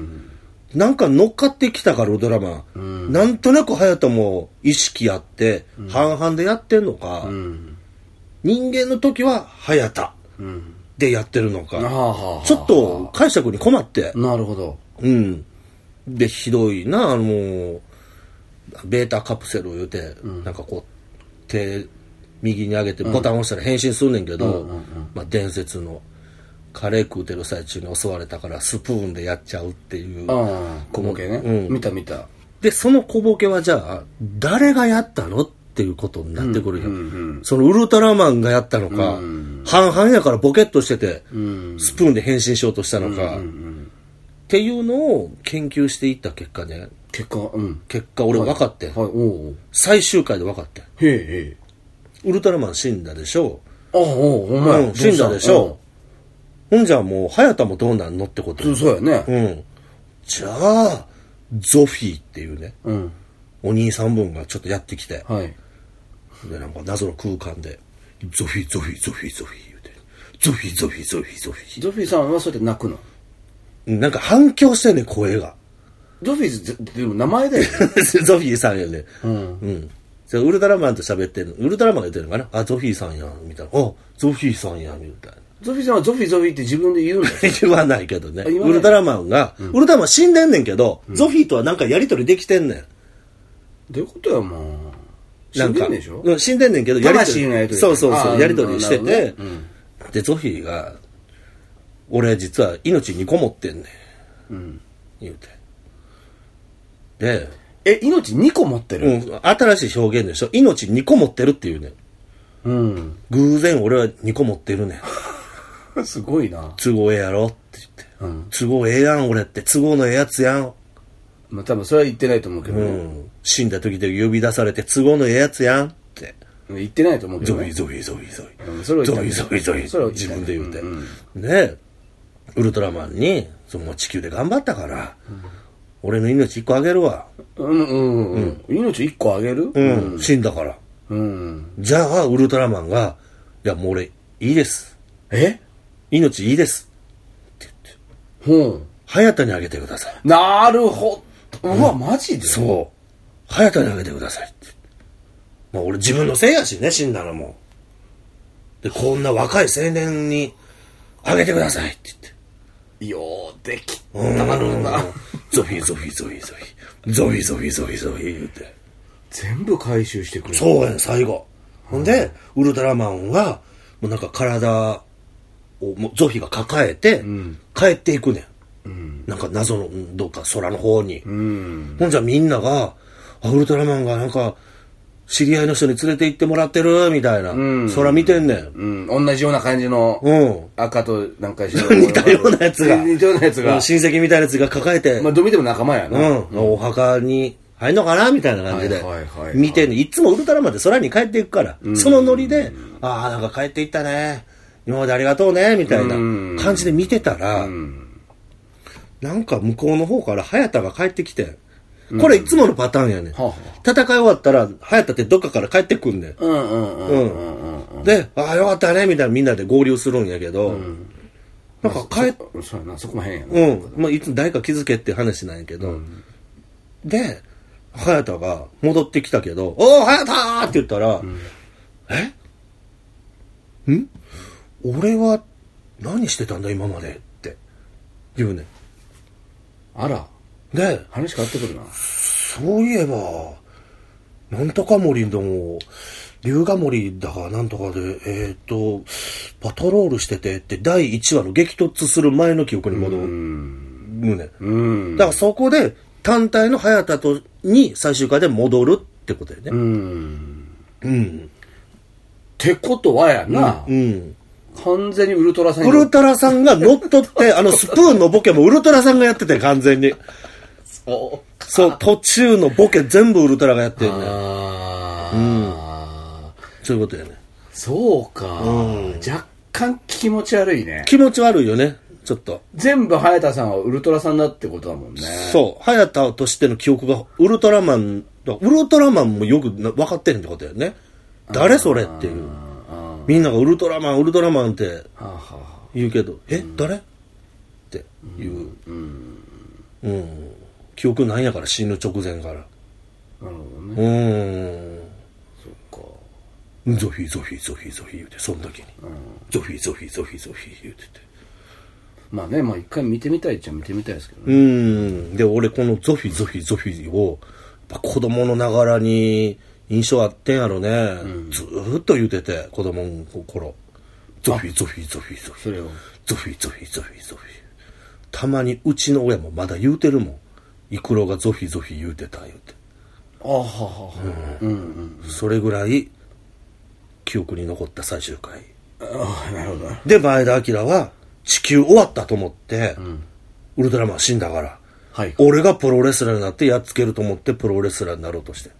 Speaker 1: なんか乗っかってきたからウルトラマン。なんとなく早田も意識あって、半々でやってんのか、
Speaker 2: うん。
Speaker 1: 人間の時は早田
Speaker 2: うん。
Speaker 1: でやってるの
Speaker 2: はあ
Speaker 1: か、
Speaker 2: はあはあ。
Speaker 1: ちょっ。と解釈に困って、
Speaker 2: なるほど。
Speaker 1: うん。で、ひどいな、あの、ベータカプセルを言うて、なんかこう、手、右に上げてボタン押したら変身すんねんけど、まあ、伝説の、カレー食うてる最中に襲われたからスプーンでやっちゃうっていう。
Speaker 2: ああ、小ボケね。
Speaker 1: うん
Speaker 2: 見た見た。
Speaker 1: で、その小ボケはじゃあ、誰がやったのっていうことになってくるよ。
Speaker 2: うん。
Speaker 1: そのウルトラマンがやったのか、半々やからボケっとしてて、
Speaker 2: うん。
Speaker 1: スプーンで変身しようとしたのか、
Speaker 2: うんうん。
Speaker 1: っていうのを研究していった結果ね、
Speaker 2: 結果、うん。
Speaker 1: 結果俺分かってん、
Speaker 2: はい、おうおう。
Speaker 1: 最終回で分かってん
Speaker 2: へえへえ。
Speaker 1: ウルトラマン死んだでしょ
Speaker 2: ああ、おうお前、
Speaker 1: うん死んだでしょほんじゃもう、早田もどうなんのってこと
Speaker 2: うん。そうそうや
Speaker 1: う
Speaker 2: ね。
Speaker 1: ん。じゃあ、ゾフィーっていうね、
Speaker 2: うん。
Speaker 1: お兄さん分がちょっとやってきて、
Speaker 2: はい。
Speaker 1: で、なんか謎の空間で、ゾフィー、ゾフィー、ゾフィー、ゾフィー言うて、ゾフィー、ゾフィー、ゾフィー、ゾフィー
Speaker 2: ゾフィーさんはそうやって泣くの。
Speaker 1: うん。なんか反響してんね、声が。
Speaker 2: ゾフィーってでも名前だよね。
Speaker 1: ゾフィーさんやね。
Speaker 2: うん。
Speaker 1: うん。それウルトラマンと喋ってる、ウルトラマンが言ってるのかなあ、ゾフィーさんやん、みたいな。あ、ゾフィーさんやん、みたいな。
Speaker 2: ゾフィーさんはゾフィーゾフィーって自分で言うんだよ。
Speaker 1: 言わないけどね。
Speaker 2: 言わない
Speaker 1: ウルトラマンが、ウルトラマン死んでんねんけど、ゾフィーとはなんかやりとりできてんねん。
Speaker 2: どういうことや、もう。死
Speaker 1: なんんか
Speaker 2: でんでしょ
Speaker 1: うん死んでんねんけど、やりと
Speaker 2: 魂のやり
Speaker 1: り。
Speaker 2: 取り
Speaker 1: そうそうそ
Speaker 2: あ
Speaker 1: う、
Speaker 2: ー
Speaker 1: やりとりして
Speaker 2: なる
Speaker 1: て、で、ゾフィーが、俺実は命にこもってんねん。言うて。で、
Speaker 2: え、命2個持って
Speaker 1: う
Speaker 2: る
Speaker 1: ん、新しい表現でしょ命2個持ってるっていうねん。
Speaker 2: うん。
Speaker 1: 偶然俺は2個持ってるねん。
Speaker 2: すごいな。
Speaker 1: 都合ええやろって言って。
Speaker 2: うん。
Speaker 1: 都合ええやん、俺って。都合のええやつやん。
Speaker 2: まあ多分それは言ってないと思うけど
Speaker 1: う
Speaker 2: ね。
Speaker 1: ん。死んだ時で呼び出されて、都合のええやつやんって。
Speaker 2: 言ってないと思うけ
Speaker 1: ゾ
Speaker 2: ど
Speaker 1: フィ
Speaker 2: ね。
Speaker 1: ーゾフィーゾフィーゾフィ
Speaker 2: う
Speaker 1: ー。
Speaker 2: んそれを
Speaker 1: ゾ
Speaker 2: 言
Speaker 1: フ
Speaker 2: っ
Speaker 1: ィ
Speaker 2: た
Speaker 1: ーゾフィーゾフィ
Speaker 2: それ
Speaker 1: ー。
Speaker 2: を言
Speaker 1: 自
Speaker 2: った
Speaker 1: 分で言うて
Speaker 2: うん。
Speaker 1: ねウルトラマンに、その地球で頑張ったから、俺の命一個あげるわ。
Speaker 2: うんうんうん。命1個あげる
Speaker 1: うん。死んだから。
Speaker 2: うん。
Speaker 1: じゃあ、ウルトラマンが、いや、もう俺、いいです。
Speaker 2: え
Speaker 1: 命いいです。
Speaker 2: ほう。
Speaker 1: 早田にあげてください。
Speaker 2: なるほど。うわ、マジで
Speaker 1: そう。早田にあげてくださいって。まあ俺自分のせいやしね、死んだらもう。で、こんな若い青年にあげてくださいって言って。
Speaker 2: ようできた
Speaker 1: うん
Speaker 2: なるな。
Speaker 1: ゾフィーゾフィーゾフィーゾフィー。ゾフィーゾフィーゾフィーゾフィー言うて。
Speaker 2: 全部回収してくれる
Speaker 1: そうやねん最後。ほんで、ウルトラマンは、もうなんか体を、もうゾフィが抱えて、帰っていくねん。なんか謎の、うんどっか空の方に。
Speaker 2: うん
Speaker 1: ほんじゃみんなが、あ、ウルトラマンがなんか、知り合いの人に連れて行ってもらってる、みたいな。
Speaker 2: ん
Speaker 1: 空見てんねん。
Speaker 2: うん同じような感じの
Speaker 1: うん
Speaker 2: 赤となんか白
Speaker 1: 似たようなやつが。
Speaker 2: 似たようなやつ
Speaker 1: う
Speaker 2: が
Speaker 1: ん親戚みたいなやつが抱えて、
Speaker 2: まあどう見ても仲間や
Speaker 1: う、
Speaker 2: なん
Speaker 1: お墓に入んのかなみたいな感じで
Speaker 2: はいはいはいは。い
Speaker 1: 見てんねんいつもウルトラマンって空に帰っていくから、そのノリで、ああ、なんか帰っていったね。今までありがとうね、みたいな感じで見てたら、なんか向こうの方から早田が帰ってきてん、これいつものパターンやねん。
Speaker 2: はあは
Speaker 1: 戦い終わったら、早田ってどっかから帰ってくんねん。
Speaker 2: うんうんうんうんうんうん
Speaker 1: で、ああ、よかったね、みたいなみんなで合流するんやけど、なんか帰っ
Speaker 2: そそうやなそこも変やな
Speaker 1: うん。まあ、いつ誰か気づけって話なんやけど。で、早田が戻ってきたけど、おお、早田ーって言ったら、えん俺は何してたんだ今までって言うね
Speaker 2: あら
Speaker 1: ん。で、
Speaker 2: 話変わってくるな
Speaker 1: そういえば、なんとか森でも、龍ヶ森だかなんとかで、えっ、と、パトロールしててって第1話の激突する前の記憶に戻るねん。
Speaker 2: うん
Speaker 1: だからそこで単体の早田とに最終回で戻るってことだよね。うん。
Speaker 2: ってことはやな
Speaker 1: うん。
Speaker 2: 完全にウルトラさん
Speaker 1: ウルトラさんが乗っ取って、あのスプーンのボケもウルトラさんがやってて完全に。
Speaker 2: お
Speaker 1: そう、途中のボケ全部ウルトラがやってるね。
Speaker 2: ああ
Speaker 1: そういうことだよね。
Speaker 2: そうか若干気持ち悪いね
Speaker 1: 気持ち悪いよね、ちょっと。
Speaker 2: 全部早田さんはウルトラさんだってことだもんね
Speaker 1: そう、早田としての記憶がウルトラマン、だからウルトラマンもよくな分かってへんってことだよね。誰それっていう。みんながウルトラマン、ウルトラマンって
Speaker 2: はあはあはあ
Speaker 1: 言うけど、え、誰っていう、うん、記憶ないんやから死ぬ直前から
Speaker 2: なるほどね
Speaker 1: うん
Speaker 2: そっか
Speaker 1: ゾフィーゾフィーゾフィーゾフィー言うてその時に、ゾフィーゾフィーゾフィーゾフィー言うてて
Speaker 2: まあねまあ一回見てみたいっちゃ見てみたいですけどね
Speaker 1: うんで俺このゾフィーゾフィーゾフィーをやっぱ子供のながらに印象あってんやろね、ずーっと言うてて子供の頃ゾフィーゾフィーゾフィーゾフィー
Speaker 2: それを
Speaker 1: ゾフィゾフィゾフィゾフィたまにうちの親もまだ言うてるもんイクロがゾフィゾフィ言うてた言うて
Speaker 2: あはははうんうん
Speaker 1: それぐらい記憶に残った最終回
Speaker 2: ああなるほど
Speaker 1: で前田明は地球終わったと思って、ウルトラマン死んだから
Speaker 2: はい
Speaker 1: 俺がプロレスラーになってやっつけると思ってプロレスラーになろうとして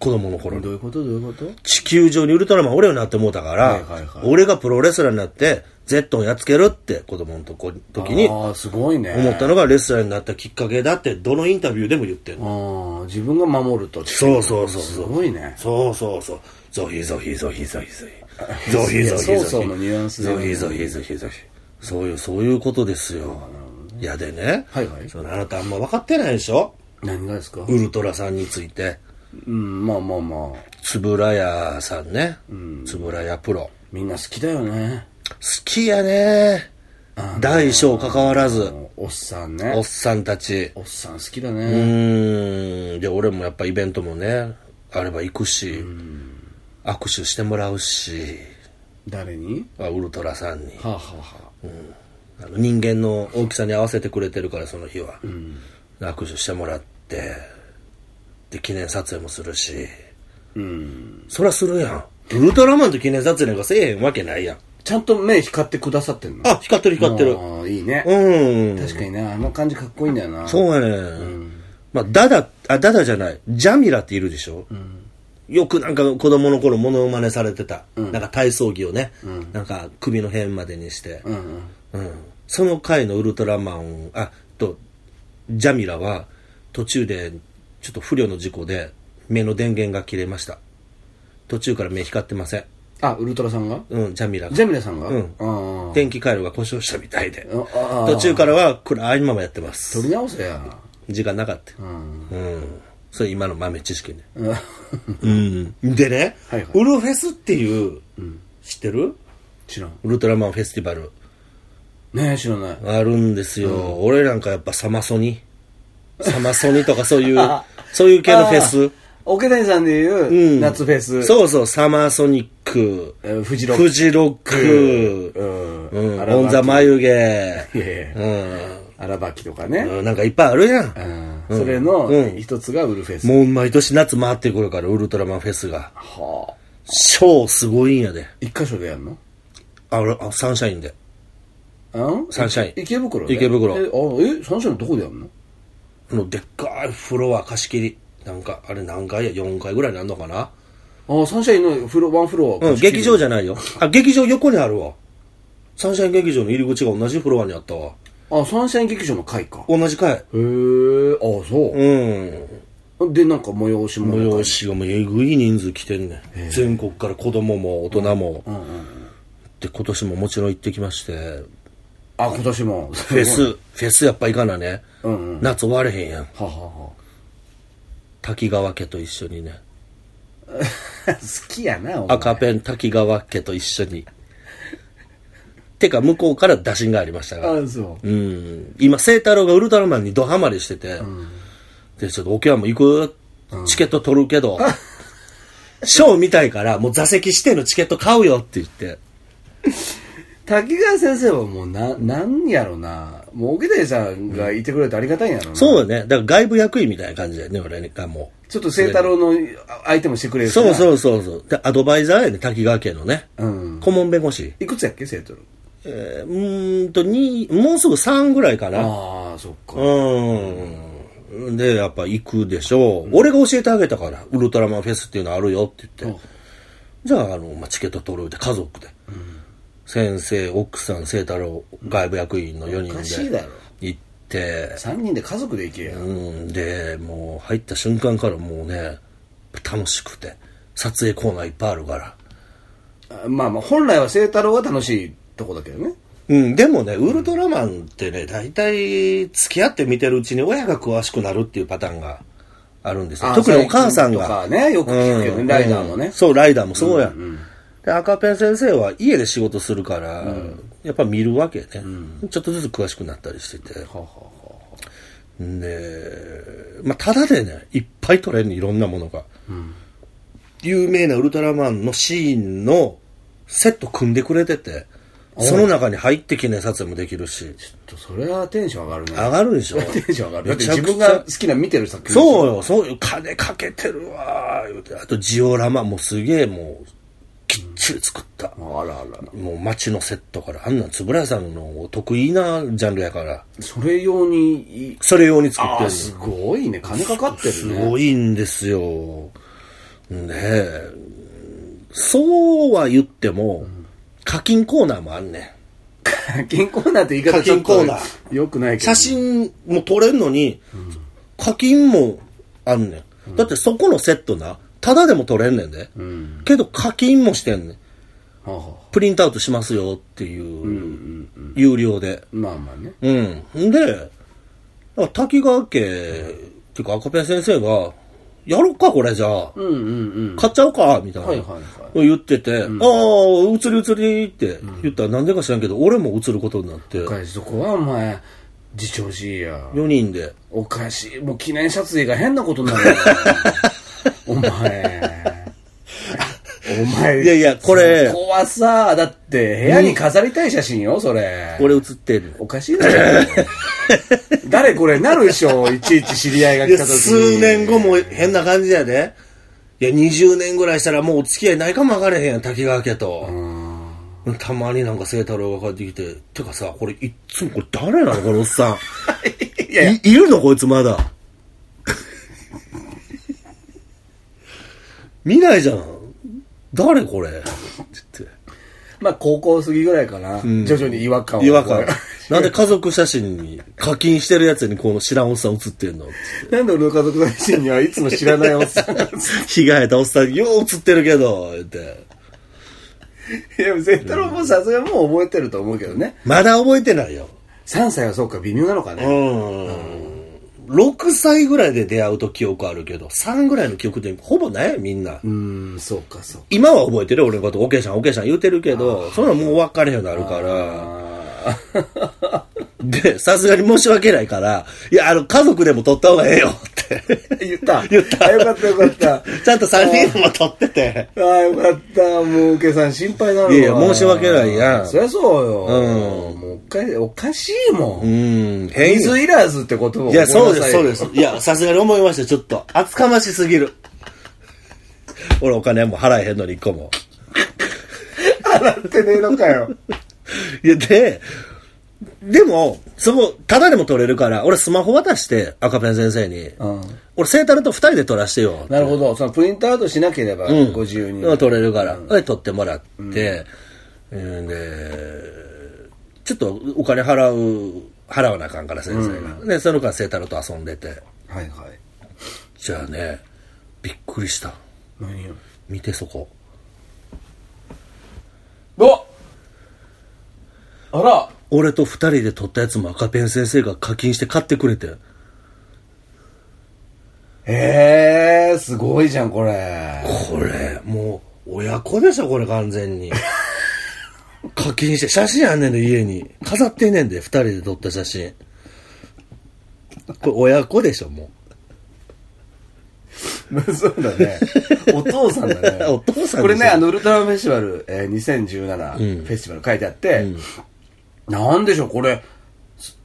Speaker 1: 子供の頃に
Speaker 2: どういうことどういうこと
Speaker 1: 地球上にウルトラマン俺よなって思うたから、
Speaker 2: はいはいはい
Speaker 1: 俺がプロレスラーになってゼットンやっつけるって子供のとこ時に
Speaker 2: ああすごいね
Speaker 1: 思ったのがレスラーになったきっかけだってどのインタビューでも言ってる
Speaker 2: ああ自分が守ると
Speaker 1: そうそうそう
Speaker 2: す
Speaker 1: そう
Speaker 2: ごいね
Speaker 1: そうそうそうゾヒゾヒゾヒゾヒゾヒゾヒゾヒ
Speaker 2: いや
Speaker 1: ゾ
Speaker 2: そうそう
Speaker 1: ヒ
Speaker 2: のニュアンスで
Speaker 1: ゾヒゾヒゾヒゾヒそういうそういうことですよいやでね、
Speaker 2: はいはい
Speaker 1: そのあなたあんま分かってないでしょ
Speaker 2: 何がですか
Speaker 1: ウルトラさんについて
Speaker 2: うんまあまあまあ
Speaker 1: 円谷さんね円谷プロ
Speaker 2: みんな好きだよね
Speaker 1: 好きやね大小関わらず
Speaker 2: おっさんね
Speaker 1: おっさんたち
Speaker 2: おっさん好きだ
Speaker 1: う
Speaker 2: ね
Speaker 1: ーんで俺もやっぱイベントもねあれば行くし、握手してもらうし
Speaker 2: 誰に
Speaker 1: あウルトラさんに
Speaker 2: はあはあはあ
Speaker 1: あの人間の大きさに合わせてくれてるからその日は、握手してもらってで記念撮影もするし
Speaker 2: うん
Speaker 1: そりゃするやんウルトラマンと記念撮影なんかせえへんわけないやん
Speaker 2: ちゃんと目光ってくださってんの
Speaker 1: あ光ってる光ってる
Speaker 2: ああいいね
Speaker 1: うん
Speaker 2: 確かにねあの感じかっこいいんだよな
Speaker 1: そうやね、まあ、ダダ、あ、ダダじゃない、ジャミラっているでしょ、よくなんか子供の頃モノマネされてた。なんか体操着をね、なんか首の辺までにして、
Speaker 2: うんう
Speaker 1: う
Speaker 2: ん
Speaker 1: んその回のウルトラマン、あ、と、ジャミラは途中でちょっと不慮の事故で目の電源が切れました。途中から目光ってません。
Speaker 2: あウルトラさんが
Speaker 1: うん、ジャミラが
Speaker 2: ジェミラさんが
Speaker 1: うん
Speaker 2: ああ
Speaker 1: 電気回路が故障したみたいで。
Speaker 2: ああ
Speaker 1: 途中からは暗いままやってま
Speaker 2: 取
Speaker 1: す。
Speaker 2: り直せや
Speaker 1: 時間なかった。
Speaker 2: うん
Speaker 1: うん。それ今の豆知識ね。
Speaker 2: うん
Speaker 1: うん。でね、
Speaker 2: はいはい
Speaker 1: ウルフェスっていう、知ってる
Speaker 2: 知らん
Speaker 1: ウルトラマンフェスティバル。
Speaker 2: ねえ知らない
Speaker 1: あるんですよ。 俺なんかやっぱサマソニ。サマソニとかそういう、そういう系のフェス。
Speaker 2: 桶谷さんでいう、
Speaker 1: ん
Speaker 2: 夏フェス、
Speaker 1: そうそう、サマーソニック、
Speaker 2: えーフジロック
Speaker 1: フ、ジロック、
Speaker 2: うん
Speaker 1: うん、
Speaker 2: 荒
Speaker 1: オンザ眉毛、
Speaker 2: いやいや
Speaker 1: う
Speaker 2: 荒ばきとかね、
Speaker 1: んうん、なんかいっぱいあるやん。
Speaker 2: うんそれの一つがウルフェス。
Speaker 1: もう毎年夏回ってくるから、ウルトラマンフェスが。
Speaker 2: はあ、
Speaker 1: ショーすごいんやで。
Speaker 2: 一箇所でやるの
Speaker 1: あ、俺あサンシャインで。
Speaker 2: うん
Speaker 1: サンシャイン
Speaker 2: い池袋で
Speaker 1: 池袋
Speaker 2: え、あえサンシャインどこでやるの
Speaker 1: あの、でっかいフロア貸し切り。なんか、あれ何階や ?4 階ぐらいになんのかな
Speaker 2: あサンシャインのフロワンフロア。
Speaker 1: うん、劇場
Speaker 2: じ
Speaker 1: じゃないよ。あ、劇場横にあるわ。サンシャイン劇場の入り口が同じフロアにあったわ。
Speaker 2: ゃ。あ、サンシャイン劇場の会か。へ
Speaker 1: 同じ階。
Speaker 2: え、あそう。
Speaker 1: うん。
Speaker 2: で、なんか催しも。
Speaker 1: 催しがもうえぐい人数来てんねん。全国から子供も大人も。
Speaker 2: うんうん。
Speaker 1: で、今年ももちろん行ってきまして。
Speaker 2: あ、今年も。フ
Speaker 1: フェ。ス、フェスやっぱ行かなね。
Speaker 2: うんうん。は
Speaker 1: 夏終われへんやん。
Speaker 2: はは。
Speaker 1: 滝川家と一緒にね。
Speaker 2: 好きやな、お前
Speaker 1: 赤ペン滝川家と一緒 に。てか、向こうから打診がありましたが。
Speaker 2: あ、そ
Speaker 1: うん。今、聖太郎がウルトラマンにドハマりしてて。で、ちょっと沖縄も行くチケット取るけど、 ショー見たいから、もう座席指定のチケット買うよって言って。
Speaker 2: う。滝川先生はもうな、なんやろな。もう、桶谷さんがいてくれてありがたいんやろな。
Speaker 1: そうよね。だから外部役員みたいな感じだよね、俺がもう。
Speaker 2: ちょっと清太郎の相手もしてくれるしな
Speaker 1: そうそうそうそう。で、アドバイザーやね、滝川家のね。
Speaker 2: うん。
Speaker 1: 顧問弁護士。
Speaker 2: いくつやっけ、清太郎。
Speaker 1: えー、うーんと、に、もうすぐ3ぐらいかな。
Speaker 2: ああ、そっか。
Speaker 1: うん。で、やっぱ行くでしょう。俺が教えてあげたから、ウルトラマンフェスっていうのあるよって言って。じゃあ、あの、まあ、チケット取るって家族で。先生、奥さん、聖太郎、外部役員の4
Speaker 2: おかしい
Speaker 1: 人
Speaker 2: だ
Speaker 1: で
Speaker 2: ろ
Speaker 1: 行って、
Speaker 2: 3人で家族で行けや、
Speaker 1: うん、で、もう入った瞬間からもうね、楽しくて、撮影コーナーいっぱいあるから。
Speaker 2: あまあまあ本来は清太郎が楽しいとこだけどね
Speaker 1: うん、でもね、ウルトラマンってね、大体付き合って見てるうちに親が詳しくなるっていうパターンがあるんですよ。
Speaker 2: あ
Speaker 1: 特にお母さんが。
Speaker 2: 最近とかねよく聞くけどねライダーもね
Speaker 1: うんそう、ライダーもそうや。で、赤ペン先生は家で仕事するから、やっぱ見るわけね、ちょっとずつ詳しくなったりしてて。で、まあ、ただでね、いっぱい撮れるねいろんなものが、有名なウルトラマンのシーンのセット組んでくれてて、その中に入って記念撮影もできるし、
Speaker 2: ちょっとそれはテンション上がるね。
Speaker 1: 上がるでしょ
Speaker 2: テンション上がるだって
Speaker 1: めち
Speaker 2: 自
Speaker 1: ゃくちゃ
Speaker 2: 分が好きな見てる作品
Speaker 1: そうよ、そうよ、金かけてるわ、言うて。あとジオラマもすげえもう、きっちり作った。
Speaker 2: あらあら
Speaker 1: もう街のセットから、あんなん円谷さんの得意なジャンルやから、
Speaker 2: それ用にい
Speaker 1: それ用に作ってる
Speaker 2: ああ
Speaker 1: の
Speaker 2: すごいね金かかってる
Speaker 1: す
Speaker 2: ね
Speaker 1: ごいんですよ。ねえ。そうは言っても、課金コーナーもあんね
Speaker 2: 課金コーナーって言い方
Speaker 1: 課金コーナー
Speaker 2: ちょっとよくない
Speaker 1: ん。
Speaker 2: けど
Speaker 1: 写真も撮れんのに、課金もあんねん。だってそこのセットな、ただでも撮れんねんで。けど課金もしてんねん。
Speaker 2: はあはあ
Speaker 1: プリントアウトしますよっていう、有料で。
Speaker 2: まあまあね
Speaker 1: うん。んで、滝川家、っていうか赤ペン先生が、やろっかこれじゃあ。
Speaker 2: うんうんうん
Speaker 1: 買っちゃおうかみたいな。
Speaker 2: はいはいはい
Speaker 1: 言ってて、ああ、移り移りって言ったらなんでか知らんけど、俺も移ることになって、
Speaker 2: おかしいそこはお前自重しいや
Speaker 1: 4人で。
Speaker 2: おかしい。もう記念撮影が変なことにな るよお前。お前。
Speaker 1: いやいやこれ
Speaker 2: そこはさ、だって部屋に飾りたい写真よ、それ。
Speaker 1: 俺映ってんの。
Speaker 2: おかしいだ ろ。誰これなるでしょ、いちいち知り合いが
Speaker 1: い
Speaker 2: 来
Speaker 1: や、
Speaker 2: た時に。
Speaker 1: 数年後も変な感じやで。いや、20年ぐらいしたらもうお付き合いないかもわかれへんやん、滝川家と。たまになんか聖太郎が帰ってきて、てかさ、これいっつもこれ誰なのこのおっさん。 い
Speaker 2: や
Speaker 1: いるのこいつま だ。見ないじゃん。誰これって言って
Speaker 2: まあ高校過ぎぐらいかな。徐々に違和感を。
Speaker 1: 違和感
Speaker 2: こ。
Speaker 1: なんで家族写真に課金してるやつにこの知らんおっさん写ってん のって
Speaker 2: れ なんで俺の家族の写真にはいつも知らないおっさんが。い
Speaker 1: 被害たおっさん、よう写ってるけど、言って。
Speaker 2: や、絶太郎もさすがにもう覚えてると思うけどね。
Speaker 1: まだ覚えてないよ。
Speaker 2: 3歳はそうか、微妙なのか
Speaker 1: う
Speaker 2: ね。
Speaker 1: ん。6歳ぐらいで出会うと記憶あるけど、3ぐらいの記憶ってほぼないよみんな。
Speaker 2: うん、そうか、そうか。
Speaker 1: 今は覚えてるよ俺のこと、オケーシャン、オケーシャン言うてるけど、そんなもう分かれへんようになるから。で、さすがに申し訳ないから、いや、あの、家族でも撮った方がええよって。
Speaker 2: 言った
Speaker 1: 言った
Speaker 2: あよかったよかった
Speaker 1: ちゃんと3人でも撮ってて。
Speaker 2: ああ、よかった。もう、けさん心配なの
Speaker 1: いやいや申し訳ないやん
Speaker 2: そりゃそうよ。もう、おかおかしいも。
Speaker 1: うんん、変よ
Speaker 2: 水いらずって言葉を。
Speaker 1: いや、そうです、そうですす。いや、さすがに思いました、ちょっと。厚かましすぎる。 俺、お金も払えへんのに、一個も。
Speaker 2: 洗ってねえのか よ。
Speaker 1: いや、で、でも、そこ、ただでも撮れるから、俺スマホ渡して、赤ペン先生に。
Speaker 2: うん。
Speaker 1: 俺、聖太郎と二人で撮らしてよ。
Speaker 2: なるほど。その、プリントアウトしなければ、
Speaker 1: うん
Speaker 2: ご自由に。
Speaker 1: うん撮れるから。で、撮ってもらって、うん、で、ちょっとお金払う、払わなあかんから、先生が。で、その間、聖太郎と遊んでて。
Speaker 2: はいはい。
Speaker 1: じゃあね、びっくりした。
Speaker 2: 何よ。
Speaker 1: 見て、そこ。
Speaker 2: おあら
Speaker 1: 俺と二人で撮ったやつも赤ペン先生が課金して買ってくれて。
Speaker 2: へえ、すごいじゃん、これ。
Speaker 1: これ、もう、親子でしょ、これ完全に。 課金して、写真あんねんで、家に。飾ってんねんで、二人で撮った写真。これ、親子でしょ、も
Speaker 2: そうだね。お父さんだね。
Speaker 1: お父さんですよ
Speaker 2: これね、あの、ウルトラマンフェスティバル、えー2017フェスティバル書いてあって、なんでしょう、これ、す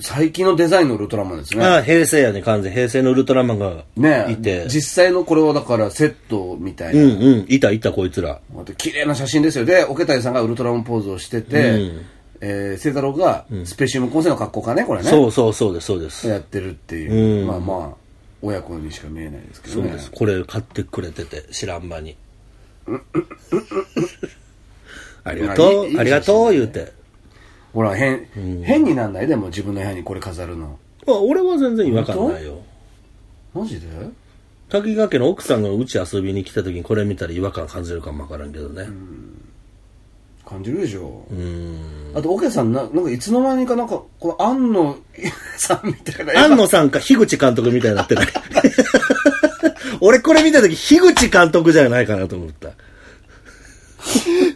Speaker 2: 最近のデザインのウルトラマンです
Speaker 1: う。
Speaker 2: ね。
Speaker 1: ああ、平成やね、完全。平成のウルトラマンが、
Speaker 2: ね
Speaker 1: いて。
Speaker 2: 実際のこれはだからセットみたいな。
Speaker 1: うんうん、いたいた、こいつら。
Speaker 2: あと綺麗な写真ですよ。で、オケタイさんがウルトラマンポーズをしてて、えー、聖太郎がスペシウム構成の格好かね、これね。
Speaker 1: そうそう、そうです、そうです。
Speaker 2: やってるっていう。
Speaker 1: うん
Speaker 2: まあまあ、親子にしか見えないですけど
Speaker 1: そう
Speaker 2: ね。
Speaker 1: です。これ買ってくれてて、知らん間 に。ありがと、
Speaker 2: いやいいう
Speaker 1: ありがとう、言うて。
Speaker 2: ほら、変、変になんないでも自分の部屋にこれ飾るの。
Speaker 1: まあ、俺は全然違和感ないよ。
Speaker 2: マジで
Speaker 1: 滝川家の奥さんがうち遊びに来た時にこれ見たら違和感感じるかもわからんけどね。
Speaker 2: 感じるでしょ、
Speaker 1: うん。
Speaker 2: あとオケさんななんかいつの間にかなんかこの庵野 さんみたいな
Speaker 1: 安野さんか樋口監督みたいにな ってない俺これ見た時、樋口監督じゃないかなと思った。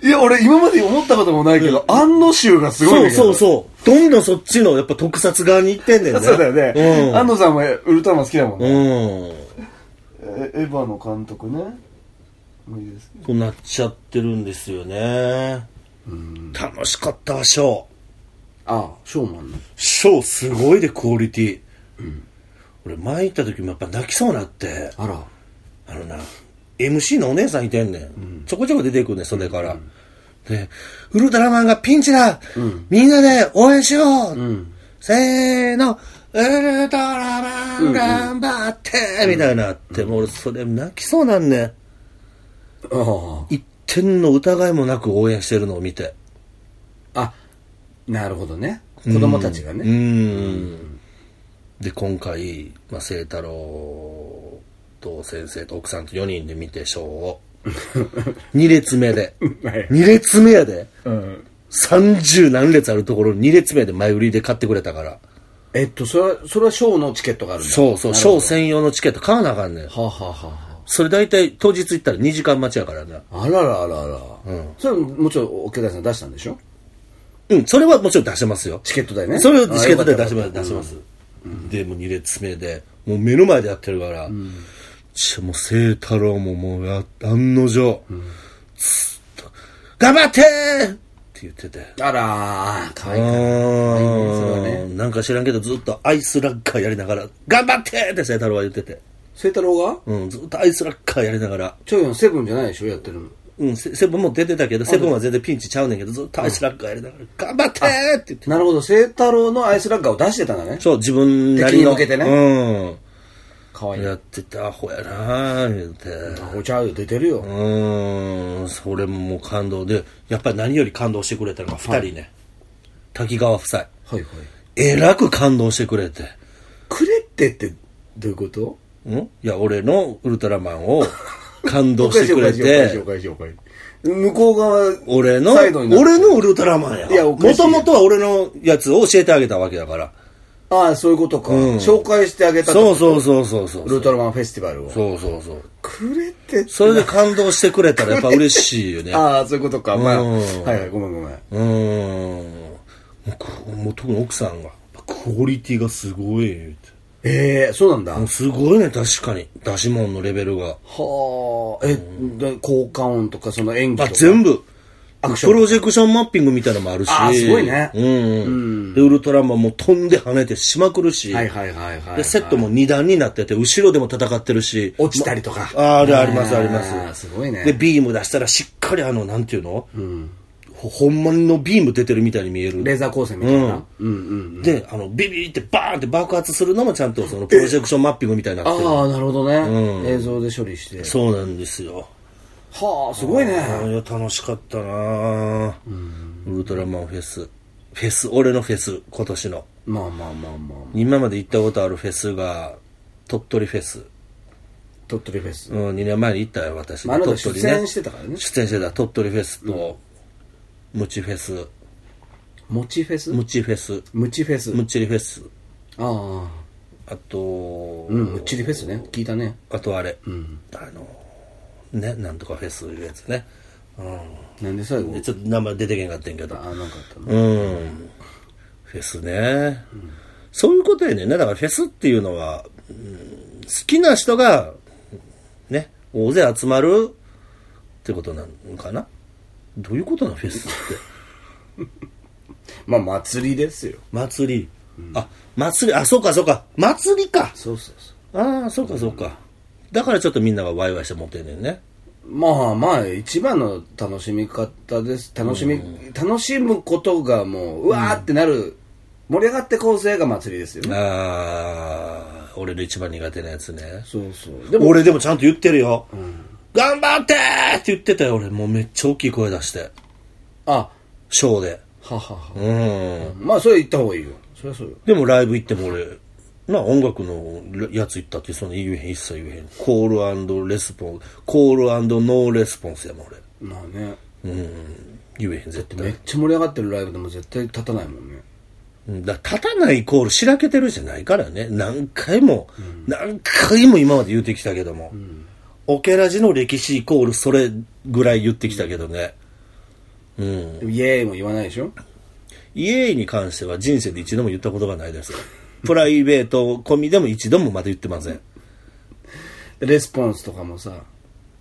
Speaker 2: いや俺今まで思ったこともないけど庵野集がすごい
Speaker 1: そう
Speaker 2: んだけ
Speaker 1: そ
Speaker 2: ど
Speaker 1: うそう。どんどんそっちのやっぱ特撮側に行ってんねんね。
Speaker 2: そうだよね、庵野さんもウルトラマン好きだもん
Speaker 1: う
Speaker 2: ね、
Speaker 1: ん。うん。
Speaker 2: えエヴァの監督ねもういいです
Speaker 1: こうなっちゃってるんですよね。楽しかったわ、ショー。
Speaker 2: ああショーマンの
Speaker 1: ショーすごいで、クオリティ。俺前行った時もやっぱ泣きそうになって。
Speaker 2: あら
Speaker 1: あのな、MC のお姉さんいてんねん。ちょこちょこ出てくんねん、袖から。で、ウルトラマンがピンチだ、みんなで応援しよう、せーのウルトラマン頑張って、みたいなって、もう俺それ泣きそうなんねん。
Speaker 2: あ
Speaker 1: 一点の疑いもなく応援してるのを見て。
Speaker 2: ああなるほどね子供たちが
Speaker 1: う
Speaker 2: ね、
Speaker 1: ん。で、今回、まあ、聖太郎と先生と奥さんと4人で見て、ショーを。2列目で。
Speaker 2: はい
Speaker 1: 2列目やで。
Speaker 2: うん
Speaker 1: 30何列あるところに2列目で前売りで買ってくれたから。
Speaker 2: えっとそれはそれはショーのチケットがあるんだ
Speaker 1: そうそう、
Speaker 2: な
Speaker 1: シ
Speaker 2: るほ
Speaker 1: ョー
Speaker 2: ど
Speaker 1: 専用のチケット買わなあかんねん。
Speaker 2: はあ、はあはあはあ
Speaker 1: それ大体当日行ったら2時間待ちやからな。
Speaker 2: あららあらあら。それもちろん、おけさん出したんでしょ
Speaker 1: うん、それはもちろん出してますよ。
Speaker 2: チケット代ね。
Speaker 1: それをチケットで出しま
Speaker 2: あ
Speaker 1: す。出しま。す。で、もう2列目で、もう目の前でやってるから、ちょもう聖太郎ももうや、案の定、ずっと、頑張ってーって言ってて。
Speaker 2: よかったよかったあらー、かわいいか
Speaker 1: あ
Speaker 2: それは
Speaker 1: ーなんか知らんけどずっとアイスラッガーやりながら、頑張ってーって聖太郎は言ってて。
Speaker 2: 聖太郎が
Speaker 1: うん、ずっとアイスラッガーやりながら、
Speaker 2: チョヨンセブンじゃないでしょやってるの。
Speaker 1: うん、セセブンも出てたけど、セブンは全然ピンチちゃうねんけど、ずっとアイスラッガーやりながら、頑張ってーって言って。
Speaker 2: なるほど、聖太郎のアイスラッガーを出してたんだね。
Speaker 1: そう、自分なりの。
Speaker 2: 敵に向けてね
Speaker 1: うん。
Speaker 2: かわいい。
Speaker 1: やってて、アホやなぁ、言うて。
Speaker 2: あほちゃうよ、出てる
Speaker 1: う
Speaker 2: よ。
Speaker 1: ーん、それももう感動で、やっぱり何より感動してくれたのが二人ね、滝川夫妻。
Speaker 2: はいはい。
Speaker 1: えらく感動してくれて。
Speaker 2: くれってって、どういうこと
Speaker 1: んいや、俺のウルトラマンを感動してくれ
Speaker 2: おかしいお
Speaker 1: て、
Speaker 2: かしいおかしいおかしい。向こう側、
Speaker 1: 俺の、
Speaker 2: サイドになって
Speaker 1: 俺のウルトラマンや。
Speaker 2: いやお
Speaker 1: も
Speaker 2: かしい
Speaker 1: ともとは俺のやつを教えてあげたわけだから。
Speaker 2: ああ、そういうことか。
Speaker 1: うん
Speaker 2: 紹介してあげたと
Speaker 1: そうそうそうそうそう。
Speaker 2: ウルトラマンフェスティバルを。
Speaker 1: そうそうそう。
Speaker 2: くれってって
Speaker 1: それで感動してくれたらや っぱ嬉しいよね。
Speaker 2: ああ、そういうことか。まあ、
Speaker 1: うん
Speaker 2: はいはい、ごめんごめん。
Speaker 1: うーん。もうこもう特に奥さんが、クオリティがすごい、言うて
Speaker 2: ええそうなんだ。
Speaker 1: もうすごいね、確かに。出し物のレベルが。
Speaker 2: はあ、え、で効果音とかその演技と
Speaker 1: あ、
Speaker 2: か。
Speaker 1: 全部。
Speaker 2: アクショ
Speaker 1: プ
Speaker 2: ン。
Speaker 1: ロジェクションマッピングみたいなのもあるし。
Speaker 2: あーすごいね
Speaker 1: うん、うん。で、ウルトラマンも飛んで跳ねてしまくるし。
Speaker 2: はいはいはいはいはい。
Speaker 1: で、セットも二段になってて、後ろでも戦ってるし。
Speaker 2: 落ちたりとか。
Speaker 1: ああるあります
Speaker 2: ー
Speaker 1: あります
Speaker 2: すごいね。
Speaker 1: で、ビーム出したらしっかりあの、なんていうの、ほほんまのビーム出てるみたいに見える。
Speaker 2: レーザー光線みたいな。うんうん。
Speaker 1: で、あの、ビビってバーンって爆発するのもちゃんとそのプロジェクションマッピングみたいになってる。
Speaker 2: ああ、なるほどね。映像で処理して。
Speaker 1: そうなんですよ。
Speaker 2: はあ、すごい
Speaker 1: あ
Speaker 2: ね。
Speaker 1: ーいや楽しかったなあ、ウルトラマンフェス。フェス、俺のフェス、今年の。
Speaker 2: まあまあまあまあ。
Speaker 1: 今まで行ったことあるフェスが、鳥取フェス。
Speaker 2: 鳥取フェス
Speaker 1: う。ん、2年前に行ったよ、私。
Speaker 2: まああなた
Speaker 1: 鳥取ね
Speaker 2: 出演してたからね
Speaker 1: 出演してた。鳥取フェスと、ムチフェス、
Speaker 2: もちフェス
Speaker 1: ムチフェス、
Speaker 2: むちフェス。
Speaker 1: ムチリフェス、
Speaker 2: ああ。
Speaker 1: あと、
Speaker 2: うん、むっちりフェスね。聞いたね。
Speaker 1: あとあれ、あの、ね、なんとかフェスいうやつね。う
Speaker 2: なんで最後
Speaker 1: ん。で。ちょっと名前出てけんかったんやけど。
Speaker 2: ああ、なんかあったの。
Speaker 1: うん。フェスね。そういうことやねんな。だからフェスっていうのは、うん好きな人が、ね、大勢集まるってことなのかなどういうことなのフェスって。
Speaker 2: まあ、祭りですよ。
Speaker 1: 祭り。あ、祭り、あ、そうかそうか。祭りか。
Speaker 2: そうそうそう。
Speaker 1: ああ、そうかそうか。だからちょっとみんながワイワイして持ってんねんね。
Speaker 2: まあまあ一番の楽しみ方です楽しみ、楽しむことがもううわーってなる、盛り上がって構成が祭りですよね
Speaker 1: ああ、俺の一番苦手なやつね。
Speaker 2: そうそうでも
Speaker 1: 俺でもちゃんと言ってるよ。頑張ってーって言ってたよ、俺。もうめっちゃ大きい声出して。
Speaker 2: あは
Speaker 1: ショーで。
Speaker 2: はは、
Speaker 1: うん。
Speaker 2: まあそれ言った方がいいよそりゃそうよ
Speaker 1: でもライブ行っても俺、な、音楽のやつ行ったってその言えへん、一切言えへん。コールレスポンス、コールノーレスポンスやもん、俺。
Speaker 2: まあね
Speaker 1: 言えへん、絶
Speaker 2: め
Speaker 1: 対
Speaker 2: っ。ちゃ盛り上がってるライブでも絶対立たないもんね
Speaker 1: うんだから立たないイコールしらけてるじゃないからね。何回も、何回も今まで言ってきたけども。オケラジの歴史イコールそれぐらい言ってきたけどね。うん。
Speaker 2: でもイエーイも言わないでしょ
Speaker 1: イエーイに関しては人生で一度も言ったことがないです。プライベート込みでも一度もまだ言ってません。
Speaker 2: でレスポンスとかもさ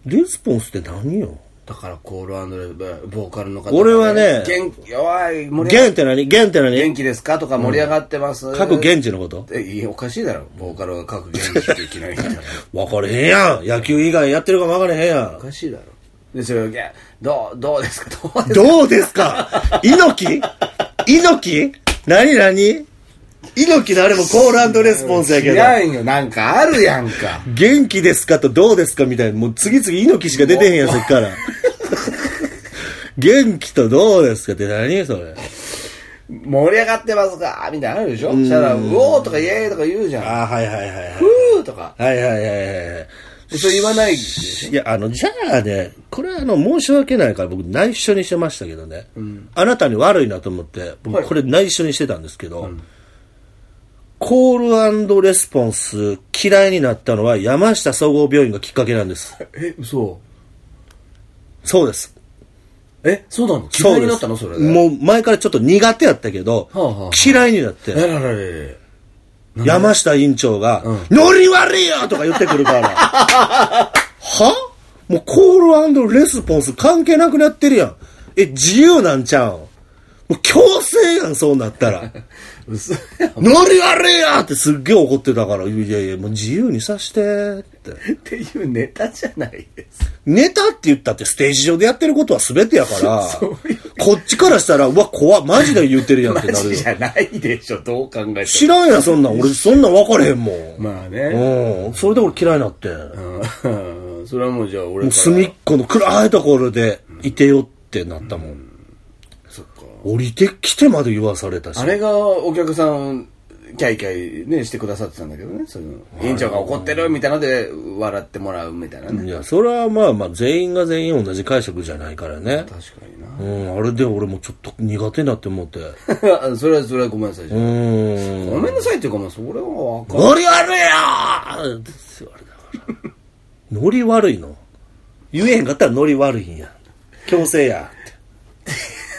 Speaker 1: レスポンスって何よ
Speaker 2: だからコールアンドレブボーカルの方が
Speaker 1: 俺はね
Speaker 2: 元気弱い盛り上が
Speaker 1: 元って何元って
Speaker 2: 元
Speaker 1: 何
Speaker 2: 気ですかとか盛り上がってます、
Speaker 1: 各源氏のこと
Speaker 2: え、いやおかしいだろ。ボーカルが各元気っていきなり 言ったら。
Speaker 1: 分かれへんやん野球以外やってるかも分かれへんや
Speaker 2: お
Speaker 1: ん
Speaker 2: かしいだろ。で、それを、いやどう、どうですかどうですか
Speaker 1: どうですか猪木猪木何何猪木のあれもコールレスポンスやけど。
Speaker 2: 違うんよ。なんかあるやんか。
Speaker 1: 元気ですかとどうですかみたいな。もう次々猪木しか出てへんやん、そっから。元気とどうですかって何それ。
Speaker 2: 盛り上がってますかみたいなのあるでしょそしたら、うおーとかイエーイとか言うじゃん。
Speaker 1: ああ、はいはいはいはい。
Speaker 2: ふーとか。
Speaker 1: はいはいはいはい。
Speaker 2: でそれ言わないでしょ
Speaker 1: いや、あの、じゃあね、これはあの、申し訳ないから僕内緒にしてましたけどね。あなたに悪いなと思って、
Speaker 2: は
Speaker 1: 僕
Speaker 2: い
Speaker 1: これ内緒にしてたんですけど、コールレスポンス嫌いになったのは山下総合病院がきっかけなん です。
Speaker 2: え、嘘。
Speaker 1: そうです。
Speaker 2: え、そうなの
Speaker 1: そ
Speaker 2: 嫌
Speaker 1: う
Speaker 2: い
Speaker 1: で
Speaker 2: に
Speaker 1: す
Speaker 2: なったのそれで。
Speaker 1: もう前からちょっと苦手やったけど、
Speaker 2: はあはあ
Speaker 1: 嫌いになって
Speaker 2: え。ららららら
Speaker 1: 山下院長が、ノリ悪いよとか言ってくるから。 はもうコールレスポンス関係なくなってるやん。え、自由なんちゃうん。もう強制やん、そうなった ら。
Speaker 2: 嘘やん。
Speaker 1: ノリ悪いよってすっげえ怒ってたから、いやいや、もう自由にさしてって。
Speaker 2: っていうネタじゃない です。
Speaker 1: ネタって言ったってステージ上でやってることは全てやから、
Speaker 2: そういう
Speaker 1: こっちからしたら、うわ、怖っマジで言ってるやんっ
Speaker 2: マ
Speaker 1: てなる
Speaker 2: ジ
Speaker 1: よ
Speaker 2: じ。ゃないでしょ。どう考えて
Speaker 1: 知らんやん、そんなん。俺、そんなん分かれへんもん。
Speaker 2: も。まあね。
Speaker 1: うん。それで俺嫌いになって。
Speaker 2: うんそれはもうじゃあ俺から。
Speaker 1: 隅っこの暗いところでいてよってなったもん、
Speaker 2: そっか。
Speaker 1: 降りてきてまで言わされたし
Speaker 2: あれがお客さん、キャイキャイね、してくださってたんだけどね、そういうの。委員長が怒ってるみたいなので、笑ってもらうみたいなね。
Speaker 1: いやそれはまあまあ全員が全員同じ解釈じゃないからね
Speaker 2: 確かに
Speaker 1: うんあれで俺もちょっと苦手になって思ってう
Speaker 2: な。 それは、それはごめんなさい。ご
Speaker 1: ーん
Speaker 2: めんなさいっていうか、もうそれはわか
Speaker 1: ノリ悪いよーって言われたからノリ悪いの言えへんかったらノリ悪いんや強制や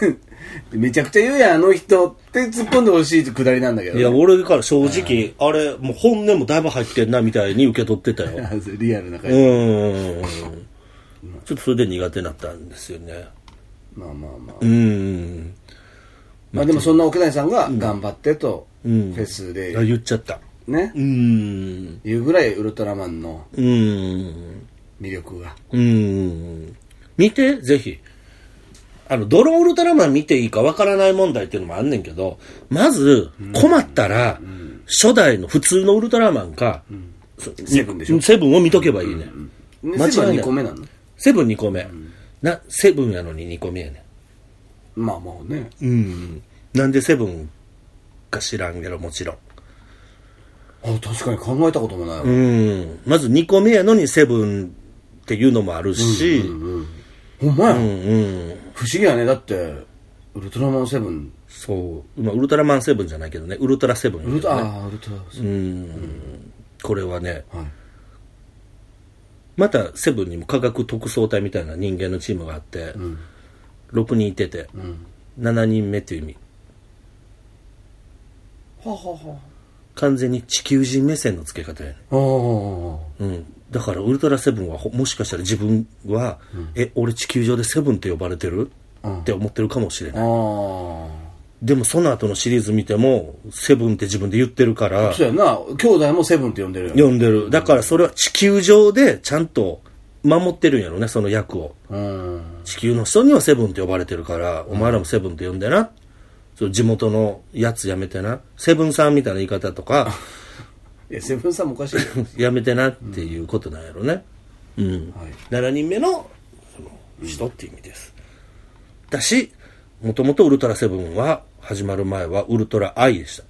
Speaker 1: って
Speaker 2: めちゃくちゃ言うやん、あの人って突っ込んでほしいってくだりなんだけ ど
Speaker 1: い
Speaker 2: ね、
Speaker 1: や、俺から正直、あれ、もう本音もだいぶ入ってんな、みたいに受け取ってたよ。
Speaker 2: リアルな感
Speaker 1: う
Speaker 2: じ、
Speaker 1: ーん。ちょっとそれで苦手になったんですよね。
Speaker 2: まあまあまあ、
Speaker 1: うーん。
Speaker 2: まあでもそんな奥谷さんが頑張ってと、
Speaker 1: うん
Speaker 2: フェスで
Speaker 1: あ、言っちゃった。
Speaker 2: ね、
Speaker 1: うーん。
Speaker 2: 言うぐらいウルトラマンの
Speaker 1: うーん。
Speaker 2: 魅力が
Speaker 1: うーん。見て、ぜひ。あの、ドローンウルトラマン見ていいかわからない問題っていうのもあんねんけど、まず、困ったら、初代の普通のウルトラマンか、そ
Speaker 2: セブンでしょ
Speaker 1: セブンを見とけばいいね。
Speaker 2: ね
Speaker 1: 間違いない
Speaker 2: セブンは2個目なの
Speaker 1: セブン2個目。な、セブンやのに2個目やね
Speaker 2: まあまあね
Speaker 1: ん。うん。なんでセブンか知らんけど、もちろん。
Speaker 2: あ確かに考えたこともないわ、
Speaker 1: うん。まず2個目やのにセブンっていうのもあるし、うん
Speaker 2: ほんまや、
Speaker 1: うん。
Speaker 2: 不思議やねだってウルトラマンセブン
Speaker 1: そう。まあ、ウルトラマンセブンじゃないけどね、ウルトラセブンや
Speaker 2: ウ
Speaker 1: け
Speaker 2: ルト
Speaker 1: ど
Speaker 2: ラ
Speaker 1: ね、
Speaker 2: ああウルトラマンセブ
Speaker 1: これはね、
Speaker 2: ン、はい
Speaker 1: またセブンにも科学特捜隊みたいな人間のチームがあって、6人いてて、7人目っていう意味。
Speaker 2: ははは
Speaker 1: 完全に地球人目線の付け方やね。
Speaker 2: ああ
Speaker 1: うん、だからウルトラセブンはほもしかしたら自分は、え俺地球上でセブンって呼ばれてる、って思ってるかもしれない
Speaker 2: あ
Speaker 1: でもその後のシリーズ見てもセブンって自分で言ってるから
Speaker 2: あそうやな兄弟もセブンって呼んでるよね
Speaker 1: 呼んでるだからそれは地球上でちゃんと守ってるんやろねその役を
Speaker 2: うん
Speaker 1: 地球の人にはセブンって呼ばれてるから、お前らもセブンって呼んでなそう地元のやつやめてなセブンさんみたいな言い方とか
Speaker 2: いやセブンさんもおかしいよ
Speaker 1: やめてなっていうことなんやろねうん
Speaker 2: はい
Speaker 1: 7人目のその人っていう意味です、だしもともとウルトラセブンは始まる前はウルトラアイでし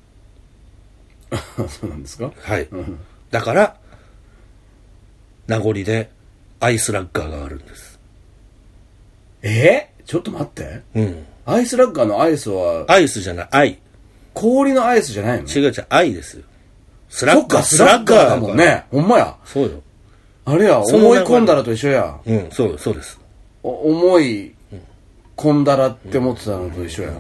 Speaker 1: た
Speaker 2: あそうなんですか
Speaker 1: はい、だから名残でアイスラッガーがあるんです
Speaker 2: えー、ちょっと待って
Speaker 1: うん
Speaker 2: アイスラッガーのアイスは
Speaker 1: アイスじゃないアイ
Speaker 2: 氷のアイスじゃないの
Speaker 1: 違う違うアイですよスラ
Speaker 2: そっ
Speaker 1: ッガー
Speaker 2: かスラッガーだ
Speaker 1: スラ
Speaker 2: もん
Speaker 1: だから
Speaker 2: ねほんまや
Speaker 1: そうよ
Speaker 2: あれや
Speaker 1: その
Speaker 2: 思い
Speaker 1: 中に
Speaker 2: 込んだらと一緒や
Speaker 1: うんそうよそうです
Speaker 2: お思い込んだらって思ってたのと一緒や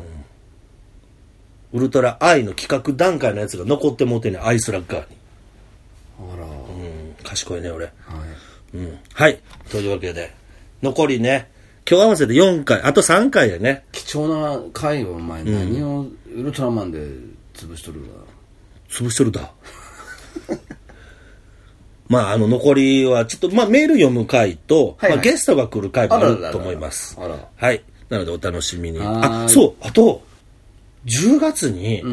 Speaker 1: ウルトラアイの企画段階のやつが残ってもうてねアイスラッガーに
Speaker 2: あら、
Speaker 1: うん賢いね俺
Speaker 2: はい
Speaker 1: うんはい。というわけで、残りね、今日合わせて4回、あと3回やね。
Speaker 2: 貴重な回をお前何をウルトラマンで潰しとるわ、
Speaker 1: 潰しとるだ。 まあ、あの、残りは、ちょっと、まあ、メール読む回と、
Speaker 2: はいはい
Speaker 1: まあ、ゲストが来る回もあ
Speaker 2: あららら
Speaker 1: る
Speaker 2: ら
Speaker 1: と思います。
Speaker 2: あら
Speaker 1: はい。なので、お楽しみに。
Speaker 2: はーい
Speaker 1: あ、そう、あと、10月に、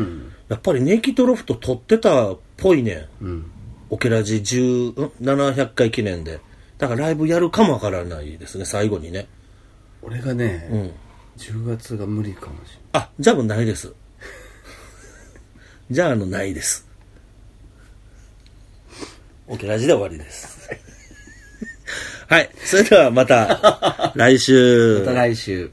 Speaker 1: やっぱりネイキッドロフト撮ってたっぽいねん。オケラジ10ん700回記念で。だからライブやるかもわからないですね、最後にね。
Speaker 2: 俺がね、10月が無理かもしれ
Speaker 1: あ、じゃあもうないです。じゃあ、あの、ないです。オケラジで終わりです。はい。それではまた、来週。
Speaker 2: ないまた来週